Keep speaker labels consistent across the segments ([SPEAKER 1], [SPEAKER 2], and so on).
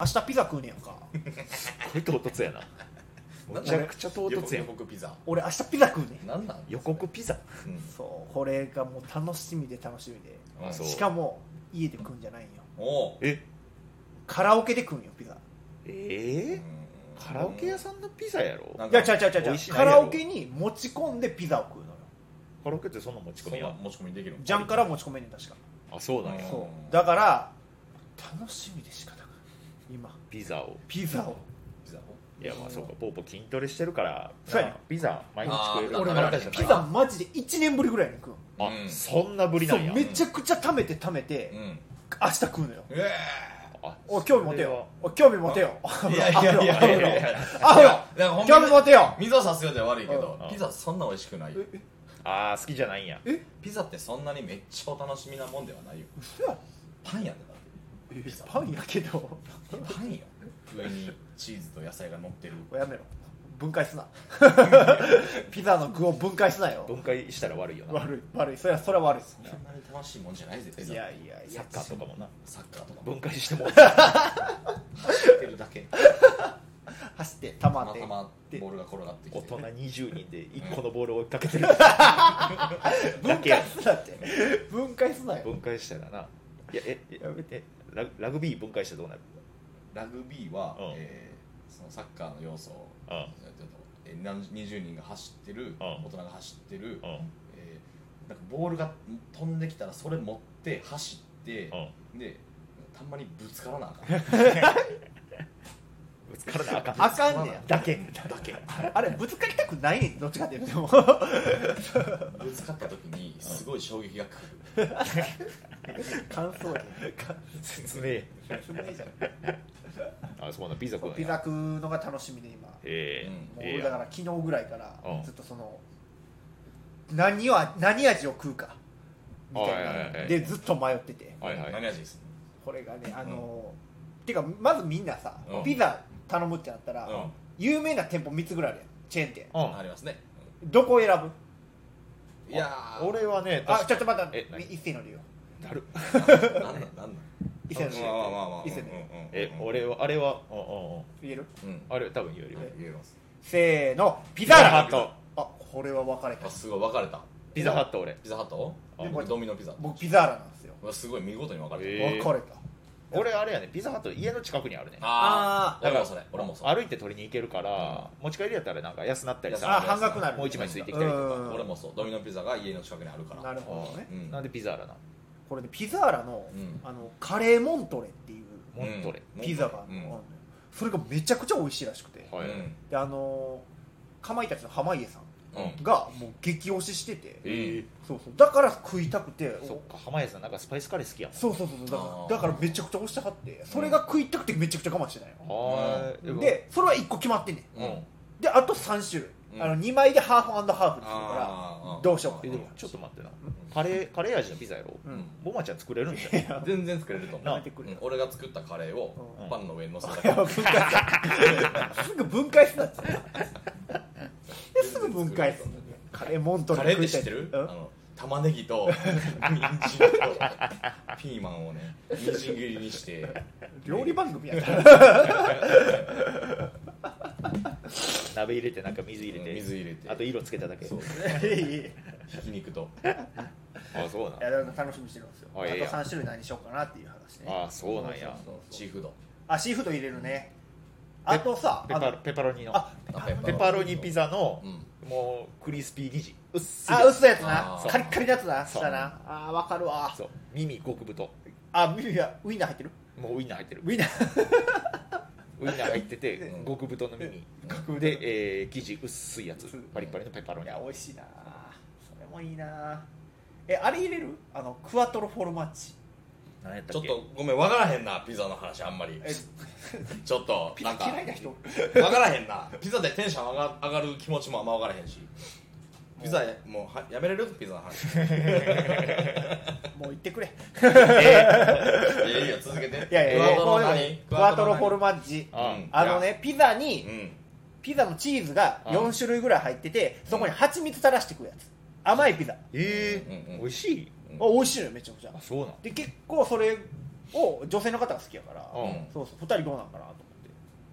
[SPEAKER 1] 明日ピザ食うねやんか
[SPEAKER 2] これ唐突やな
[SPEAKER 3] め
[SPEAKER 2] ちゃくちゃ唐突やん
[SPEAKER 3] 予告ピザ
[SPEAKER 1] 俺明日ピザ食うねん
[SPEAKER 3] なんなん
[SPEAKER 2] 予告ピザ
[SPEAKER 3] うん
[SPEAKER 1] そうこれがもう楽しみで楽しみで
[SPEAKER 3] あそう
[SPEAKER 1] しかも家で食うんじゃないんよ
[SPEAKER 3] おう
[SPEAKER 2] え
[SPEAKER 1] カラオケで食うんよピザ
[SPEAKER 2] え
[SPEAKER 3] うん
[SPEAKER 2] ー、カラオケ屋さんのピザやろ
[SPEAKER 3] なん
[SPEAKER 2] カ
[SPEAKER 1] いや違う違う
[SPEAKER 2] 美
[SPEAKER 1] 違う
[SPEAKER 2] 味
[SPEAKER 1] 違
[SPEAKER 2] し
[SPEAKER 1] う
[SPEAKER 2] ない
[SPEAKER 1] カ
[SPEAKER 2] やろ
[SPEAKER 1] ラオケに持ち込んでピザを食うのよ
[SPEAKER 2] ラオケってそんな持ち
[SPEAKER 3] そ
[SPEAKER 2] 込み
[SPEAKER 3] んな
[SPEAKER 2] や
[SPEAKER 3] 持ち込みできる
[SPEAKER 1] ジャンから持ち込めんねん確か
[SPEAKER 2] あそうなんや
[SPEAKER 3] うん
[SPEAKER 1] そうだから楽しみで仕方がない今
[SPEAKER 2] ピザを
[SPEAKER 1] ピザを
[SPEAKER 3] ピザを
[SPEAKER 2] いやまあそうかポーポー筋トレしてるから
[SPEAKER 1] そうやねん
[SPEAKER 2] なピザ毎日食える
[SPEAKER 3] あー
[SPEAKER 1] 俺
[SPEAKER 3] だ
[SPEAKER 1] も
[SPEAKER 3] から
[SPEAKER 2] じゃない
[SPEAKER 1] ピザマジで1年ぶりぐらいに食う
[SPEAKER 2] あ、
[SPEAKER 3] うん
[SPEAKER 2] そんなぶり
[SPEAKER 1] そ
[SPEAKER 2] な
[SPEAKER 1] うん
[SPEAKER 2] や
[SPEAKER 1] めちゃくちゃ貯めて貯めて
[SPEAKER 3] うん
[SPEAKER 1] 明日食うのよ
[SPEAKER 3] え
[SPEAKER 2] あ
[SPEAKER 1] おい興味持てよおい興味持てよ
[SPEAKER 3] えいやいやいやいやいやいや
[SPEAKER 1] あ
[SPEAKER 3] いやなんかほん
[SPEAKER 1] 興味
[SPEAKER 3] ま
[SPEAKER 1] 持てよ
[SPEAKER 3] に水を差すようでは悪いけど
[SPEAKER 2] うん
[SPEAKER 3] ピザそんな美味しくないよ
[SPEAKER 1] え
[SPEAKER 2] あー好きじゃないんや
[SPEAKER 3] ピザってそんなにめっちゃお楽しみなもんではないよ
[SPEAKER 1] 嘘やん
[SPEAKER 3] パンやでだっ
[SPEAKER 1] えパンやけど
[SPEAKER 3] てパンよ上にチーズと野菜が乗ってる
[SPEAKER 1] おいやめろ分解 すなピザの具を分解すなよ
[SPEAKER 2] 分解したら悪いよな
[SPEAKER 1] 悪い悪いそれはそれは悪いです
[SPEAKER 3] そんなに楽しいもんじゃないぜピ
[SPEAKER 1] い
[SPEAKER 3] ザ
[SPEAKER 1] やいやい
[SPEAKER 2] サ
[SPEAKER 1] や
[SPEAKER 2] ッカーとかもな
[SPEAKER 3] サッカーとかも
[SPEAKER 2] 分解しても
[SPEAKER 3] 走ってるだけ
[SPEAKER 1] 走って
[SPEAKER 3] た
[SPEAKER 1] 玉
[SPEAKER 3] ま
[SPEAKER 1] 当て
[SPEAKER 3] たまボールが転がってき
[SPEAKER 2] 大
[SPEAKER 3] て
[SPEAKER 2] 人20人で1個のボールを追いかけてる
[SPEAKER 1] 分
[SPEAKER 2] だけ
[SPEAKER 1] 解すなって分解すなよ
[SPEAKER 2] 分解したらないやええ
[SPEAKER 1] やめ
[SPEAKER 2] えラグラグビー分解したらどうなる
[SPEAKER 3] ラグビーは、
[SPEAKER 2] うん
[SPEAKER 3] えーそのサッカーの要素を、
[SPEAKER 2] うん
[SPEAKER 3] えー何20人が走ってる、大人が走ってる、
[SPEAKER 2] うん
[SPEAKER 3] えーなんかボールが飛んできたらそれ持って走って、
[SPEAKER 2] うん
[SPEAKER 3] でたまにぶつからなあかん
[SPEAKER 2] ぶつからなあかん
[SPEAKER 1] あか んねや
[SPEAKER 2] だけ
[SPEAKER 3] だけ
[SPEAKER 1] あれぶつかりたくないねんどっちかって言って も
[SPEAKER 3] ぶつかった時にすごい衝撃が来る
[SPEAKER 1] 感想やね
[SPEAKER 2] 説明
[SPEAKER 1] 説明じゃん
[SPEAKER 2] あそうなんピザ食う
[SPEAKER 1] ピ
[SPEAKER 2] んや
[SPEAKER 1] ザ食うのが楽しみで今も
[SPEAKER 2] え
[SPEAKER 3] うん
[SPEAKER 1] う
[SPEAKER 2] えええ
[SPEAKER 1] 俺
[SPEAKER 2] や
[SPEAKER 1] だから昨日ぐらいから
[SPEAKER 2] うん
[SPEAKER 1] ずっとその何を何味を食うかみた
[SPEAKER 2] はいはい
[SPEAKER 1] い
[SPEAKER 2] はいは
[SPEAKER 1] ないでずっと迷ってて
[SPEAKER 2] はいはい
[SPEAKER 3] 何味です
[SPEAKER 1] これがねあのーてかまずみんなさ
[SPEAKER 3] うん
[SPEAKER 1] ピザ頼むってなった
[SPEAKER 3] う
[SPEAKER 1] ら
[SPEAKER 3] ん、
[SPEAKER 1] 有名な店舗3つぐらいあるやんチェーン店
[SPEAKER 2] うん
[SPEAKER 3] ありますね
[SPEAKER 1] どこを選ぶ
[SPEAKER 3] いやー
[SPEAKER 2] 俺はね
[SPEAKER 1] あ
[SPEAKER 2] 確
[SPEAKER 1] ちょっと待って
[SPEAKER 2] え何
[SPEAKER 1] 一斉の理由
[SPEAKER 2] だる
[SPEAKER 3] なんなんなんなん
[SPEAKER 1] 一斉の理由
[SPEAKER 3] まあまあまあまあ
[SPEAKER 1] 一斉の
[SPEAKER 3] う
[SPEAKER 1] 理
[SPEAKER 3] ん
[SPEAKER 1] 由
[SPEAKER 3] うんうん
[SPEAKER 2] え俺はあれはうんうんうん
[SPEAKER 1] 言える
[SPEAKER 3] うん
[SPEAKER 2] あれ多分言うより
[SPEAKER 3] 言えます
[SPEAKER 1] せーのピ
[SPEAKER 2] ピ
[SPEAKER 1] ザ
[SPEAKER 2] ザ
[SPEAKER 1] ー
[SPEAKER 2] ハ
[SPEAKER 1] ラ
[SPEAKER 2] ット
[SPEAKER 1] あこれは分かれ
[SPEAKER 3] あ
[SPEAKER 1] た
[SPEAKER 3] すごい分かれた
[SPEAKER 2] ピザハット俺
[SPEAKER 3] ピザハット
[SPEAKER 2] あ
[SPEAKER 3] でもドミノピザ
[SPEAKER 1] 僕ピザーラなんですよ
[SPEAKER 3] うわすごい見事に分かれ
[SPEAKER 2] え
[SPEAKER 3] た
[SPEAKER 2] ー
[SPEAKER 1] 分かれた
[SPEAKER 2] 俺あれやねピザハット家の近くにあるね
[SPEAKER 3] あー
[SPEAKER 2] だ
[SPEAKER 3] 俺
[SPEAKER 2] か
[SPEAKER 3] も
[SPEAKER 2] ら
[SPEAKER 3] それ俺もそれ
[SPEAKER 2] 歩いて取りに行けるから持ち帰りやったらなんか安なったり
[SPEAKER 3] 安な
[SPEAKER 1] あ
[SPEAKER 2] さ
[SPEAKER 3] っ
[SPEAKER 1] 半額なる
[SPEAKER 2] もう一枚ついてきたりと
[SPEAKER 1] う
[SPEAKER 2] か
[SPEAKER 1] ん
[SPEAKER 3] 俺もそうドミノピザが家の近くにあるから
[SPEAKER 1] なるほどね
[SPEAKER 3] うん
[SPEAKER 2] なんでピザーラな
[SPEAKER 1] これねピザーラの,、
[SPEAKER 3] うん
[SPEAKER 1] あのカレーモントレっていう
[SPEAKER 2] モントレ
[SPEAKER 3] うん
[SPEAKER 1] ピザがある
[SPEAKER 3] うん
[SPEAKER 1] の、それがめちゃくちゃ美味しいらしくて、
[SPEAKER 2] はい
[SPEAKER 3] うん
[SPEAKER 1] であのーかまいたちの濱家さ
[SPEAKER 3] うん
[SPEAKER 1] んがもう激推ししてて、
[SPEAKER 2] ええ
[SPEAKER 1] そうそうだから食いたくて
[SPEAKER 2] そっか濱家さんなんかスパイスカレー好きやもん
[SPEAKER 1] そうそうそうそうだ
[SPEAKER 3] あー
[SPEAKER 1] からだからめちゃくちゃ推したかってそれが食いたくてめちゃくちゃ我慢してたよ、
[SPEAKER 2] はーい
[SPEAKER 1] でそれは1個決まってんねん
[SPEAKER 3] うん
[SPEAKER 2] うん
[SPEAKER 1] であと3種類、
[SPEAKER 3] うん
[SPEAKER 1] あの2枚でハーフハーフにするか
[SPEAKER 3] あー
[SPEAKER 1] どうしようか
[SPEAKER 2] えでもちょっと待ってなカレーカレー味のピザやろ
[SPEAKER 1] ら、うん
[SPEAKER 3] うん
[SPEAKER 2] ボマちゃん作れるんじゃない
[SPEAKER 3] 全然作れると思
[SPEAKER 2] な
[SPEAKER 3] う
[SPEAKER 2] あ
[SPEAKER 1] やめてくれ、
[SPEAKER 3] うん俺が作ったカレーを
[SPEAKER 2] うん
[SPEAKER 3] パンの上に乗せただ
[SPEAKER 1] い
[SPEAKER 3] け
[SPEAKER 1] や分解 すすぐ分解すなってですぐ分解す るカレーモントレ
[SPEAKER 3] カレーっ
[SPEAKER 1] 食
[SPEAKER 3] て
[SPEAKER 1] いたい
[SPEAKER 3] 知ってるあ
[SPEAKER 1] うん
[SPEAKER 3] の玉ねぎと人参とピーマンをねみじん切りにして
[SPEAKER 1] 料理番組やから
[SPEAKER 2] 鍋入れてなんか水入れ
[SPEAKER 3] う
[SPEAKER 2] て
[SPEAKER 3] ん水入れて
[SPEAKER 2] あと色つけただけ
[SPEAKER 3] そう
[SPEAKER 1] いやいやい
[SPEAKER 3] ひき肉と
[SPEAKER 2] あそうなん
[SPEAKER 1] やだから楽しみにしてるんですよあ
[SPEAKER 2] あいやいや
[SPEAKER 1] と3種類何しようかなっていう話ね
[SPEAKER 2] あそうなんや
[SPEAKER 1] そうそう
[SPEAKER 3] シーフード
[SPEAKER 1] あシーフード入れるねあとさ
[SPEAKER 2] ペ
[SPEAKER 1] あ
[SPEAKER 2] パ
[SPEAKER 1] の
[SPEAKER 2] ペパロニの
[SPEAKER 1] あ
[SPEAKER 2] ペパロニピザの
[SPEAKER 3] うん
[SPEAKER 2] もうクリスピー生地うっすい
[SPEAKER 1] あ薄いやつな
[SPEAKER 3] あ
[SPEAKER 2] ー
[SPEAKER 1] カリッカリのやつな
[SPEAKER 2] そう
[SPEAKER 1] したなあーわかるわ
[SPEAKER 2] そう耳極太
[SPEAKER 1] あミミはウインナー入ってる
[SPEAKER 2] もうウインナー入ってる
[SPEAKER 1] ウインナー
[SPEAKER 2] ウインナー入ってて
[SPEAKER 3] うん
[SPEAKER 2] 極太の耳
[SPEAKER 1] 極太
[SPEAKER 2] で、えー生地薄いやつ
[SPEAKER 1] 薄い
[SPEAKER 2] パリパリのペパロ
[SPEAKER 1] い
[SPEAKER 2] ニ
[SPEAKER 1] や美味しいなそれもいいなえあれ入れるあのクワトロフォルマッチ
[SPEAKER 2] 何やった
[SPEAKER 3] ちょ
[SPEAKER 2] っ
[SPEAKER 3] っ
[SPEAKER 2] け
[SPEAKER 3] とごめん分からへんなピザの話あんまり
[SPEAKER 1] え
[SPEAKER 3] ちょっと
[SPEAKER 1] ピ
[SPEAKER 3] な
[SPEAKER 1] ザ
[SPEAKER 3] んか
[SPEAKER 1] 嫌いな人
[SPEAKER 3] 分からへんなピザでテンション上が上がる気持ちもあんま分からへんしピザやもうはやめれるピザの 話
[SPEAKER 1] もう言って くれ
[SPEAKER 3] いやいや続けて
[SPEAKER 1] いやいやいや
[SPEAKER 3] ク
[SPEAKER 1] こ
[SPEAKER 3] ワ
[SPEAKER 1] うい
[SPEAKER 3] ト
[SPEAKER 1] う
[SPEAKER 3] ロ
[SPEAKER 1] の
[SPEAKER 3] 何
[SPEAKER 1] ねクワトロフォル
[SPEAKER 3] マ
[SPEAKER 1] マッジ
[SPEAKER 2] あ
[SPEAKER 3] うん
[SPEAKER 1] あのねピザに
[SPEAKER 3] うん
[SPEAKER 1] ピザのチーズが
[SPEAKER 2] うん
[SPEAKER 1] 4種類ぐらい入っててそこに蜂蜜垂らしてくるやつ甘いピザ
[SPEAKER 2] え
[SPEAKER 3] うん
[SPEAKER 2] ー
[SPEAKER 3] うん
[SPEAKER 2] 美味しい
[SPEAKER 1] あ美味しいのよめちゃくちゃ
[SPEAKER 2] あそうなん
[SPEAKER 1] で結構それを女性の方が好きやから、
[SPEAKER 2] うん
[SPEAKER 1] そうそう2人どうなんかなと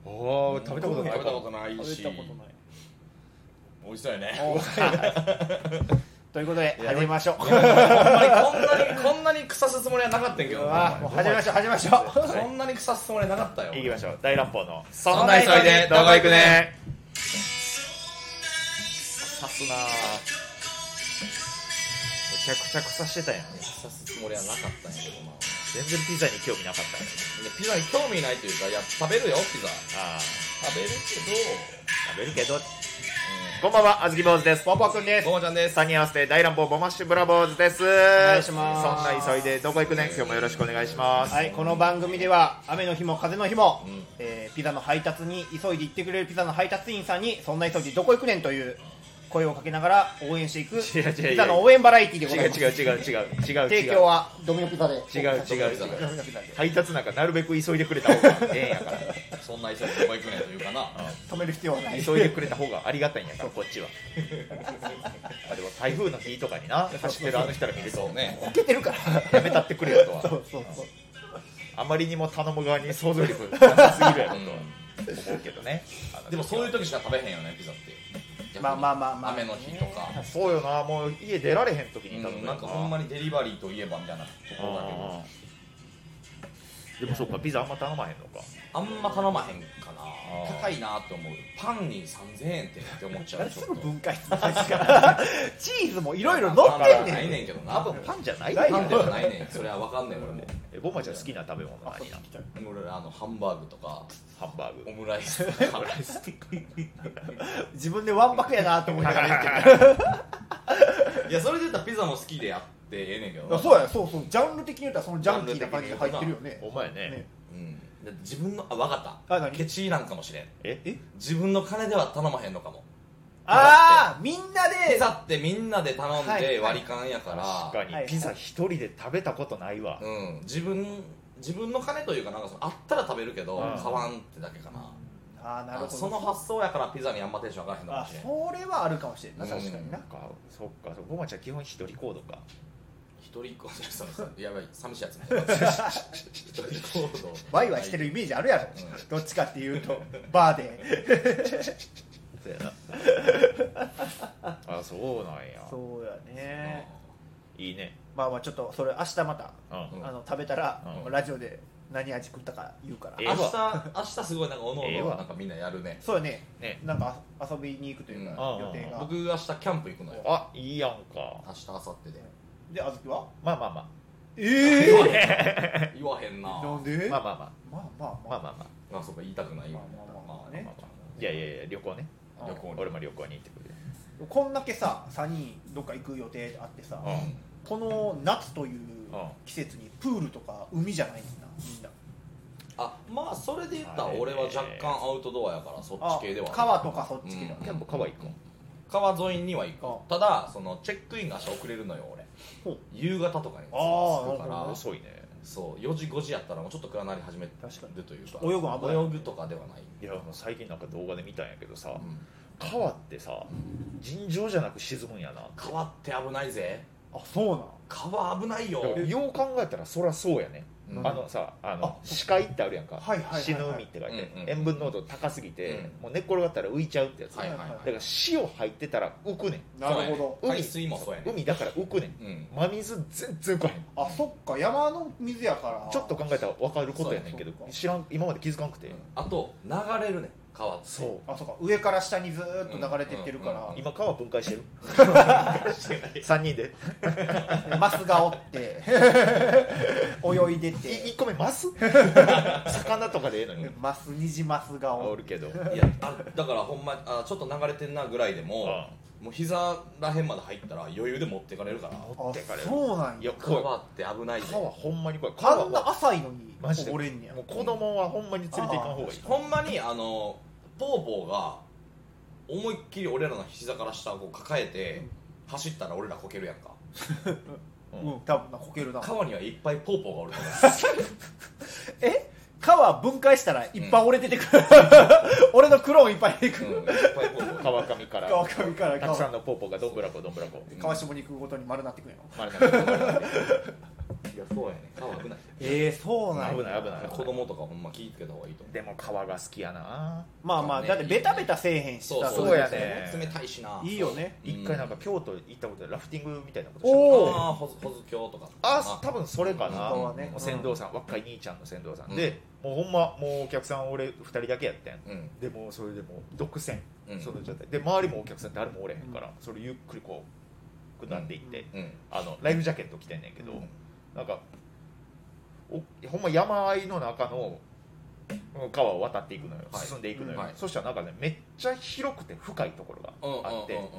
[SPEAKER 1] 思って
[SPEAKER 2] おー食べたことない
[SPEAKER 3] 食べたことない
[SPEAKER 1] 食べ
[SPEAKER 3] した
[SPEAKER 1] ことない
[SPEAKER 3] 美味しそうやね
[SPEAKER 1] おということで
[SPEAKER 2] いや
[SPEAKER 1] 始めましょう
[SPEAKER 3] ほんまにこんなにこんなに腐すつもりはなかったんやけど
[SPEAKER 1] う
[SPEAKER 3] な
[SPEAKER 1] わもう始めましょう始めましょう
[SPEAKER 3] そんなに腐すつもりはなかったよ
[SPEAKER 2] 行きましょう大乱暴のそ
[SPEAKER 3] んな急いでどこ行くね
[SPEAKER 2] 刺すなぁめちゃくちゃ臭してたやん
[SPEAKER 3] 腐すつもりはなかったんやけどな
[SPEAKER 2] 全然ピザに興味なかったね
[SPEAKER 3] でピザに興味ないというかいや食べるよピザ
[SPEAKER 2] あ
[SPEAKER 3] 食べるけ
[SPEAKER 2] あ食べるけどこんばんはあずき坊主ですぽんぽくんで
[SPEAKER 3] どごまちゃんです
[SPEAKER 2] 3人合わせて大乱暴ボマッシュブラボーズですお
[SPEAKER 1] 願いします
[SPEAKER 2] そんな急いでどこ行くね今日もよろしくお願いします
[SPEAKER 1] はい、この番組では雨の日も風の日も、
[SPEAKER 3] うん
[SPEAKER 1] えーピザの配達に急いで行ってくれるピザの配達員さんにそんな急いでどこ行くねんという声をかけながら応援していく
[SPEAKER 2] 違う違う違う
[SPEAKER 1] ピザの応援バラエティーでございう
[SPEAKER 2] 違
[SPEAKER 1] ます
[SPEAKER 2] 違う違う違う違う違う
[SPEAKER 1] 提供はドミノピザで
[SPEAKER 2] 違う違う違う
[SPEAKER 1] ドミノピザで
[SPEAKER 2] 配達なんかなるべく急いでくれた方がええんやから
[SPEAKER 3] そんな急いでどこ行くねんというかな
[SPEAKER 1] 止める必要はない
[SPEAKER 2] 急いでくれた方がありがたいんやからこっちはあでも台風の日とかにな走ってるあの人ら見る
[SPEAKER 3] そ
[SPEAKER 2] と
[SPEAKER 3] うね
[SPEAKER 1] 受けてるから
[SPEAKER 2] やめたってくれよと
[SPEAKER 1] そう
[SPEAKER 2] は
[SPEAKER 1] そうそう
[SPEAKER 2] あまりにも頼む側に想像力がなさすぎるやろとは
[SPEAKER 3] う
[SPEAKER 2] 思うけどねあの
[SPEAKER 3] んでもそういう時しか食べへんよねピザって逆に
[SPEAKER 1] まあまあまあまあ
[SPEAKER 3] 雨の日とか
[SPEAKER 2] そうよなもう家出られへん時
[SPEAKER 3] う
[SPEAKER 2] に頼む
[SPEAKER 3] ん
[SPEAKER 2] よ
[SPEAKER 3] なんかほんまにデリバリーといえばみたいなところだけど
[SPEAKER 2] あーでもそっかピザあんま頼まへんのか
[SPEAKER 3] あんま頼まへんかな
[SPEAKER 2] あー
[SPEAKER 3] 高いなって思うパンに3000円ってって思っちゃ
[SPEAKER 1] あ
[SPEAKER 3] う
[SPEAKER 1] れす
[SPEAKER 3] ちょ
[SPEAKER 1] ぐ
[SPEAKER 3] っと
[SPEAKER 1] 分解する話からチーズもいろいろ乗ってん
[SPEAKER 3] な
[SPEAKER 1] ね
[SPEAKER 3] い
[SPEAKER 1] ん
[SPEAKER 3] ねんけどな
[SPEAKER 2] 多分パンじゃない
[SPEAKER 1] ない
[SPEAKER 2] よ
[SPEAKER 3] パンではないねんそれはわかんねん俺も
[SPEAKER 2] えボマちゃん好きな食べ物
[SPEAKER 1] あ
[SPEAKER 2] 何な
[SPEAKER 3] 俺らあのハンバーグとか
[SPEAKER 2] ハン バーグ
[SPEAKER 3] オムライスとか
[SPEAKER 1] 自分でわんぱくやなと思いながら言ってる
[SPEAKER 3] いやそれで言ったらピザも好きでやってええねんけど
[SPEAKER 1] いや
[SPEAKER 3] な
[SPEAKER 1] そうやそうそうジャンル的に言ったらそのジャンキーな感じが入ってるよね
[SPEAKER 2] お前ね
[SPEAKER 1] ね
[SPEAKER 3] うんだって自分のあわかっ
[SPEAKER 1] あ
[SPEAKER 3] た
[SPEAKER 1] 何
[SPEAKER 3] ケチなんかもしれん
[SPEAKER 2] え
[SPEAKER 1] え
[SPEAKER 3] 自分の金では頼まへんのかも
[SPEAKER 1] ああみんな
[SPEAKER 3] ピ
[SPEAKER 1] で
[SPEAKER 3] ザってみんなで頼ん
[SPEAKER 1] はい
[SPEAKER 3] で割り勘やから、
[SPEAKER 2] 確かに、
[SPEAKER 1] はい
[SPEAKER 2] ピザ一人で食べたことないわ、
[SPEAKER 3] うん、自分自分の金というかなんかそのあったら食べるけど
[SPEAKER 2] うん
[SPEAKER 3] 買わんってだけかな
[SPEAKER 1] ああなるほ
[SPEAKER 3] あ
[SPEAKER 1] ど
[SPEAKER 3] その発想やからピザにあんまテンション上がらへんのか
[SPEAKER 1] あ
[SPEAKER 3] もしれん
[SPEAKER 1] それはあるかもしれんな
[SPEAKER 3] うん
[SPEAKER 1] 確かにな
[SPEAKER 2] なんかそっかボマちゃん基本一人行動か
[SPEAKER 3] 一人っ子でそのやばい寂しいやつみたいな一人行動
[SPEAKER 1] ワイワイしてるイメージあるやろ
[SPEAKER 3] うん
[SPEAKER 1] どっちかっていうとバーで
[SPEAKER 2] そうやなあそうなんや
[SPEAKER 1] そうやね
[SPEAKER 2] いいね
[SPEAKER 1] まあまあちょっとそれ明日また
[SPEAKER 2] うん、
[SPEAKER 3] うん
[SPEAKER 1] あの食べたら
[SPEAKER 2] うん
[SPEAKER 1] ラジオで何味食ったか言うから
[SPEAKER 2] え
[SPEAKER 3] 明日明日すごいなんかおの
[SPEAKER 2] ええわ
[SPEAKER 3] なんかみんなやるね
[SPEAKER 1] そうやね
[SPEAKER 2] ね
[SPEAKER 1] なんか遊びに行くというか
[SPEAKER 2] うん
[SPEAKER 1] 予定が
[SPEAKER 3] 僕明日キャンプ行くのよ
[SPEAKER 2] あいいやんか
[SPEAKER 3] 明日明後日で
[SPEAKER 1] であずきは
[SPEAKER 2] まあまあま
[SPEAKER 1] え
[SPEAKER 3] 言わへんな
[SPEAKER 1] え
[SPEAKER 3] あ
[SPEAKER 1] なんで
[SPEAKER 2] あま
[SPEAKER 1] ま
[SPEAKER 2] あ
[SPEAKER 1] あま
[SPEAKER 2] まあま
[SPEAKER 1] あ
[SPEAKER 2] あ
[SPEAKER 1] ま
[SPEAKER 2] まあ
[SPEAKER 1] あ
[SPEAKER 2] まあま
[SPEAKER 3] そうか言いたくない今
[SPEAKER 1] まあまあまあ
[SPEAKER 3] まあ
[SPEAKER 1] ね
[SPEAKER 3] まあ
[SPEAKER 2] あいやいやいや旅行ね
[SPEAKER 3] まあ旅行に
[SPEAKER 2] 俺も旅行に行ってくる
[SPEAKER 1] こんだけさ3人どっか行く予定あってさ
[SPEAKER 2] うん
[SPEAKER 1] この夏という
[SPEAKER 2] うん
[SPEAKER 1] 季節にプールとか海じゃないんだみんな
[SPEAKER 3] あまあそれで言ったら
[SPEAKER 2] あれね
[SPEAKER 3] 俺は若干アウトドアやからそっ
[SPEAKER 1] あ
[SPEAKER 3] ち系ではある
[SPEAKER 1] 川とかそっち系だ
[SPEAKER 3] うん
[SPEAKER 2] キャンプ川行くん
[SPEAKER 3] 川沿いには
[SPEAKER 1] あ
[SPEAKER 3] 行くただそのチェックインが明日遅れるのよ俺
[SPEAKER 1] ほう
[SPEAKER 3] 夕方とかに
[SPEAKER 1] あー
[SPEAKER 3] 着くか
[SPEAKER 1] なるほど
[SPEAKER 3] ら
[SPEAKER 2] 遅いね
[SPEAKER 3] そう4時5時やったらもうちょっと暗なり始めて
[SPEAKER 1] 確かに
[SPEAKER 3] るというか
[SPEAKER 1] 泳ぐの危ない
[SPEAKER 3] 泳ぐとかではない、
[SPEAKER 2] いやもう最近なんか動画で見たんやけどさ、
[SPEAKER 3] うん
[SPEAKER 2] 川ってさ尋常じゃなく沈むんやな
[SPEAKER 3] 川って危ないぜ
[SPEAKER 1] あそうなん
[SPEAKER 3] 川危ないよ
[SPEAKER 2] でもよう考えたらそりゃそうやね
[SPEAKER 3] うん
[SPEAKER 2] あのさあの
[SPEAKER 1] あ
[SPEAKER 2] 死海ってあるやんか、
[SPEAKER 1] はいはいはいはい
[SPEAKER 2] 死ぬ海って書いて、
[SPEAKER 3] うんうん
[SPEAKER 2] 塩分濃度高すぎて、
[SPEAKER 3] うん
[SPEAKER 2] もう寝っ転がったら浮いちゃうってやつ、
[SPEAKER 3] はいはい
[SPEAKER 2] だから塩入ってたら浮くねん
[SPEAKER 1] なるほど
[SPEAKER 3] そうやね海水もそうやね
[SPEAKER 2] 海だから浮くねん
[SPEAKER 3] うん
[SPEAKER 2] 真水全然浮かへん
[SPEAKER 1] あそっか山の水やから
[SPEAKER 2] ちょっと考えたら分かることやねんけど
[SPEAKER 1] そうか
[SPEAKER 2] 知らん今まで気づかんくて、
[SPEAKER 3] あと流れるね川って
[SPEAKER 2] そう
[SPEAKER 1] あそっか上から下にずーっと流れてってるか
[SPEAKER 3] うんうん
[SPEAKER 1] ら
[SPEAKER 3] うん
[SPEAKER 2] 今川分解してる3人で
[SPEAKER 1] でマスがおって泳いでて
[SPEAKER 2] 1個目マ ス魚とかでええのに
[SPEAKER 1] マスニジマスがお
[SPEAKER 2] お
[SPEAKER 1] っ
[SPEAKER 2] るけど
[SPEAKER 3] いやあだからほんまあちょっと流れてんなぐらいでも
[SPEAKER 2] あ
[SPEAKER 3] もう膝らへんまで入ったら余裕で持ってかれるから
[SPEAKER 2] 持ってかれ
[SPEAKER 1] あ
[SPEAKER 2] る
[SPEAKER 1] そうなん
[SPEAKER 2] い
[SPEAKER 1] や
[SPEAKER 2] やこ
[SPEAKER 3] 川って危ないぜ
[SPEAKER 2] 川ほんまにこれ川
[SPEAKER 1] あ
[SPEAKER 2] は
[SPEAKER 1] んな浅いのに
[SPEAKER 2] マジで
[SPEAKER 1] 溺れんねや
[SPEAKER 2] もう子供はほんまに連れて行かん方がいい
[SPEAKER 3] ほんまにあのポーポーが思いっきり俺らの膝から下をこう抱えて走ったら俺らこけるやんか
[SPEAKER 1] うん多分なこけるな
[SPEAKER 3] 川にはいっぱいポーポーがおるから
[SPEAKER 1] え川分解したらいっぱい俺出てく る、俺のクローンいっぱい出てくる、
[SPEAKER 3] うん、いっぱいポーポー
[SPEAKER 2] 川上から
[SPEAKER 1] 川上から
[SPEAKER 2] たくさんのポーポーがどんぶらこどんぶらこ
[SPEAKER 1] 川下に行くごとに丸なってくるの
[SPEAKER 2] 丸投げ
[SPEAKER 3] が
[SPEAKER 2] いや
[SPEAKER 3] そうやね川危ない
[SPEAKER 1] えー、そうなんや
[SPEAKER 2] 危ない危ない
[SPEAKER 3] 子供とかほんま気ぃつけた方がいいと思う
[SPEAKER 2] でも川が好きやな
[SPEAKER 1] まあまあ、
[SPEAKER 3] ね
[SPEAKER 1] だってベタベタせえへんしさ
[SPEAKER 3] そう
[SPEAKER 2] そうやね
[SPEAKER 3] 冷たいしない
[SPEAKER 1] いよね
[SPEAKER 2] 一回なんか京都行ったことでラフティングみたいなことし
[SPEAKER 3] あ
[SPEAKER 2] た
[SPEAKER 1] おー
[SPEAKER 3] あほずほずきょうとか
[SPEAKER 2] あ多分それか
[SPEAKER 1] 本当はね
[SPEAKER 2] な
[SPEAKER 1] うん
[SPEAKER 2] 船頭さん若い兄ちゃんの船頭さ
[SPEAKER 3] うん
[SPEAKER 2] んでもうほんまもうお客さん俺2人だけやってん
[SPEAKER 3] うん
[SPEAKER 2] でもうそれでもう独占
[SPEAKER 3] うん
[SPEAKER 2] その状態で周りもお客さん誰もおれへんからそれゆっくりこう下っていって
[SPEAKER 3] うん
[SPEAKER 2] あのライフジャケット着てんねんけど
[SPEAKER 1] うん
[SPEAKER 2] なんかおほんま山あいの中の川を渡っていくのよ
[SPEAKER 3] はい
[SPEAKER 2] 進んでいくのよ
[SPEAKER 3] はい
[SPEAKER 2] そしたらなんかねめっちゃ広くて深いところが
[SPEAKER 3] うんうんうん
[SPEAKER 2] あって
[SPEAKER 3] うんうん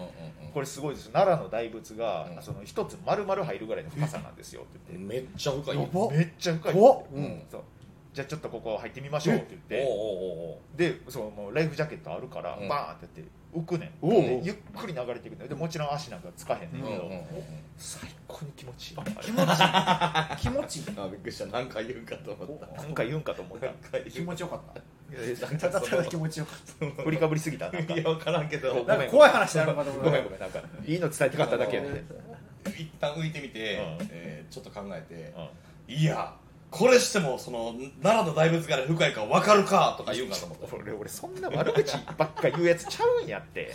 [SPEAKER 2] これすごいです奈良の大仏が、
[SPEAKER 3] うん
[SPEAKER 2] その一つ丸々入るぐらいの深さなんですよって言って
[SPEAKER 3] めっちゃ深いよ
[SPEAKER 1] やば
[SPEAKER 2] めっちゃ深い
[SPEAKER 1] 怖っ
[SPEAKER 2] うん
[SPEAKER 3] うん
[SPEAKER 2] そうじゃあちょっとここ入ってみましょうって
[SPEAKER 3] おう
[SPEAKER 2] 言って
[SPEAKER 3] おうおう
[SPEAKER 2] でそのもうライフジャケットあるから、
[SPEAKER 3] うん
[SPEAKER 2] バーンってやって浮くねん
[SPEAKER 1] おうおう
[SPEAKER 2] でゆっくり流れていくねんでもちろん足なんかつかへんねん
[SPEAKER 3] おう
[SPEAKER 2] け
[SPEAKER 3] うん
[SPEAKER 2] ど、
[SPEAKER 3] うんうん
[SPEAKER 2] 最高に気持ちいい
[SPEAKER 1] 気持ちいい気持ちいい
[SPEAKER 3] うんあびっくりした何回言うかと思った
[SPEAKER 2] なんか言うんかと思った
[SPEAKER 3] 何回
[SPEAKER 1] 気
[SPEAKER 3] 言う
[SPEAKER 1] 持ちよかった
[SPEAKER 3] なん
[SPEAKER 1] ただ
[SPEAKER 3] か
[SPEAKER 1] た
[SPEAKER 3] そ
[SPEAKER 1] だ
[SPEAKER 3] の
[SPEAKER 1] 気持ちよかっ
[SPEAKER 2] 振りかぶりすぎたなんか
[SPEAKER 3] いや分からんけど
[SPEAKER 1] た
[SPEAKER 2] ご
[SPEAKER 1] なん
[SPEAKER 2] め
[SPEAKER 1] か
[SPEAKER 2] ん
[SPEAKER 1] 怖い話なのかと思った
[SPEAKER 2] ごめんごめんなんかいいの伝えたかっただけやね、
[SPEAKER 3] 一旦浮いてみて、
[SPEAKER 2] うん
[SPEAKER 3] えーちょっと考えて
[SPEAKER 2] う、ん
[SPEAKER 3] いやこれしてもその奈良の大仏から深いか分かるかとか言うんかと思った
[SPEAKER 2] 俺俺そんな悪口ばっか言うやつちゃうんやって
[SPEAKER 3] 伝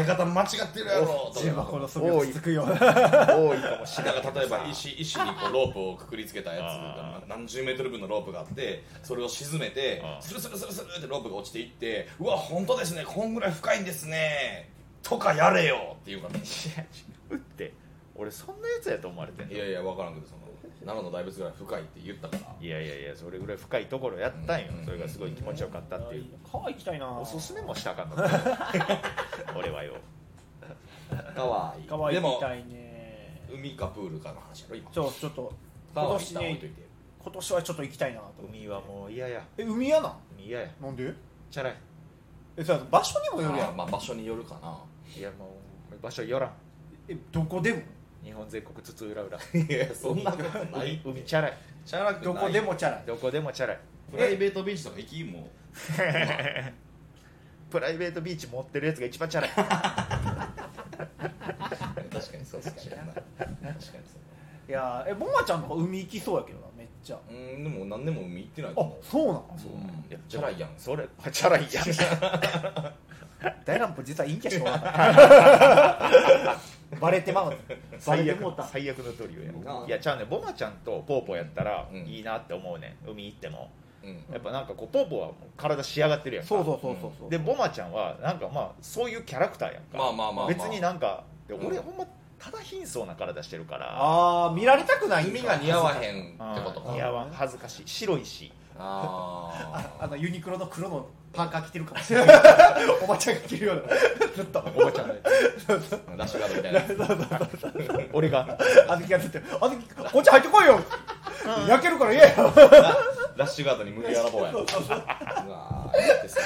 [SPEAKER 3] え方間違ってるやろと
[SPEAKER 1] 重
[SPEAKER 3] か
[SPEAKER 1] 箱の底をつつくような
[SPEAKER 2] 多いかもしれない
[SPEAKER 3] なんか例えば石石にこうロープをくくりつけたやつが
[SPEAKER 2] あ
[SPEAKER 3] 何十メートル分のロープがあってそれを沈めて
[SPEAKER 2] あー
[SPEAKER 3] スルスルスルスルってロープが落ちていってうわ本当ですねこんぐらい深いんですねとかやれよっていうから
[SPEAKER 2] 打って俺そんなやつやと思われてんの
[SPEAKER 3] いやいや分からんけどその奈良の大仏ぐらい深いって言ったから
[SPEAKER 2] いやいやいやそれぐらい深いところやったんよ
[SPEAKER 3] うん
[SPEAKER 2] それがすごい気持ちよかったっていう
[SPEAKER 1] 川行きたいな
[SPEAKER 2] おすすめもしたらあかんの俺はよ
[SPEAKER 3] かわいい
[SPEAKER 1] 川
[SPEAKER 3] で
[SPEAKER 1] 行き
[SPEAKER 3] も
[SPEAKER 1] たいね
[SPEAKER 3] 海かプールかの話やろ今
[SPEAKER 1] ちょちょっと
[SPEAKER 3] 川
[SPEAKER 1] 今
[SPEAKER 3] は
[SPEAKER 1] 年
[SPEAKER 3] 一旦置いとい
[SPEAKER 1] ね
[SPEAKER 3] て
[SPEAKER 1] 今年はちょっと行きたいなと思って
[SPEAKER 2] 海はもう嫌や
[SPEAKER 1] え海やな
[SPEAKER 2] 海嫌や
[SPEAKER 1] なんで
[SPEAKER 2] チャラい
[SPEAKER 1] えさ場所にもよるや
[SPEAKER 3] あ
[SPEAKER 1] ん
[SPEAKER 3] まあ場所によるかない
[SPEAKER 2] やもう場所よらん
[SPEAKER 1] えどこでも
[SPEAKER 2] 日本全国つつ裏裏
[SPEAKER 3] いやそんなことな
[SPEAKER 2] 海
[SPEAKER 3] い
[SPEAKER 2] 海チャラい
[SPEAKER 3] チャラく
[SPEAKER 1] どこでもチャラい
[SPEAKER 2] どこでもチャラい
[SPEAKER 3] プライベートビーチとか行きも
[SPEAKER 2] プライベートビーチ持ってるやつが一番チャラい
[SPEAKER 3] う確かにそうっすかね確かにそう
[SPEAKER 1] いやーえボマちゃんの方海行きそうやけどなめっちゃ
[SPEAKER 3] うーんでも何でも海行ってないと
[SPEAKER 1] あ
[SPEAKER 3] 思う
[SPEAKER 1] そうなの
[SPEAKER 3] そう
[SPEAKER 2] いや
[SPEAKER 3] チャラいやん
[SPEAKER 2] それチャラいやん
[SPEAKER 1] 大乱歩実は陰キャしかおらんかったバレてまうバレ
[SPEAKER 2] 最
[SPEAKER 1] て
[SPEAKER 2] 悪
[SPEAKER 1] もうた
[SPEAKER 2] 最悪のトリオ
[SPEAKER 3] う
[SPEAKER 2] や
[SPEAKER 3] ん
[SPEAKER 2] いやちゃうねんボマちゃんとポーポーやったら
[SPEAKER 3] うん
[SPEAKER 2] いいなって思うねん海行っても
[SPEAKER 3] うん
[SPEAKER 2] やっぱなんかこうポーポーはもう体仕上がってるやんか
[SPEAKER 1] そうそうそうそうそう
[SPEAKER 2] でボマちゃんはなんかまあそういうキャラクターやんか
[SPEAKER 3] まあまあまあまあ
[SPEAKER 2] 別になんかで
[SPEAKER 3] うん
[SPEAKER 2] 俺ほんまただ貧相な体してるから
[SPEAKER 1] ああ見られたくないんか
[SPEAKER 3] 海が似合わへんってこと
[SPEAKER 2] うん
[SPEAKER 3] か
[SPEAKER 2] いやわ恥ずかしい白いし
[SPEAKER 1] ああ
[SPEAKER 3] あ
[SPEAKER 1] のユニクロの黒のパーカー着てるかもしれない おばちゃんが着るようなずっと
[SPEAKER 2] おばちゃんのやつ
[SPEAKER 3] あラッシュガードみたいなやつ
[SPEAKER 2] 俺が
[SPEAKER 1] あずきがずっと「あずきこっち入ってこいよ」焼けるから言えよ
[SPEAKER 3] ラッシュガードに向けやらぼうやんうわーいいってさ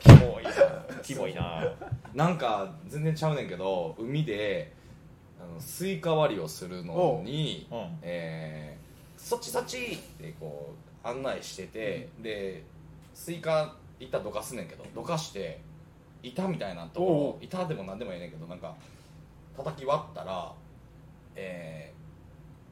[SPEAKER 2] キモいなキモいな
[SPEAKER 3] なんか全然ちゃうねんけど海であのスイカ割りをするのに、
[SPEAKER 2] おううん
[SPEAKER 3] えーそっちそっち!」ってこう案内してて、でスイカいったらどかすねんけどどかして板みたいなところ板でも何でもええねんけどなんか叩き割ったら、えー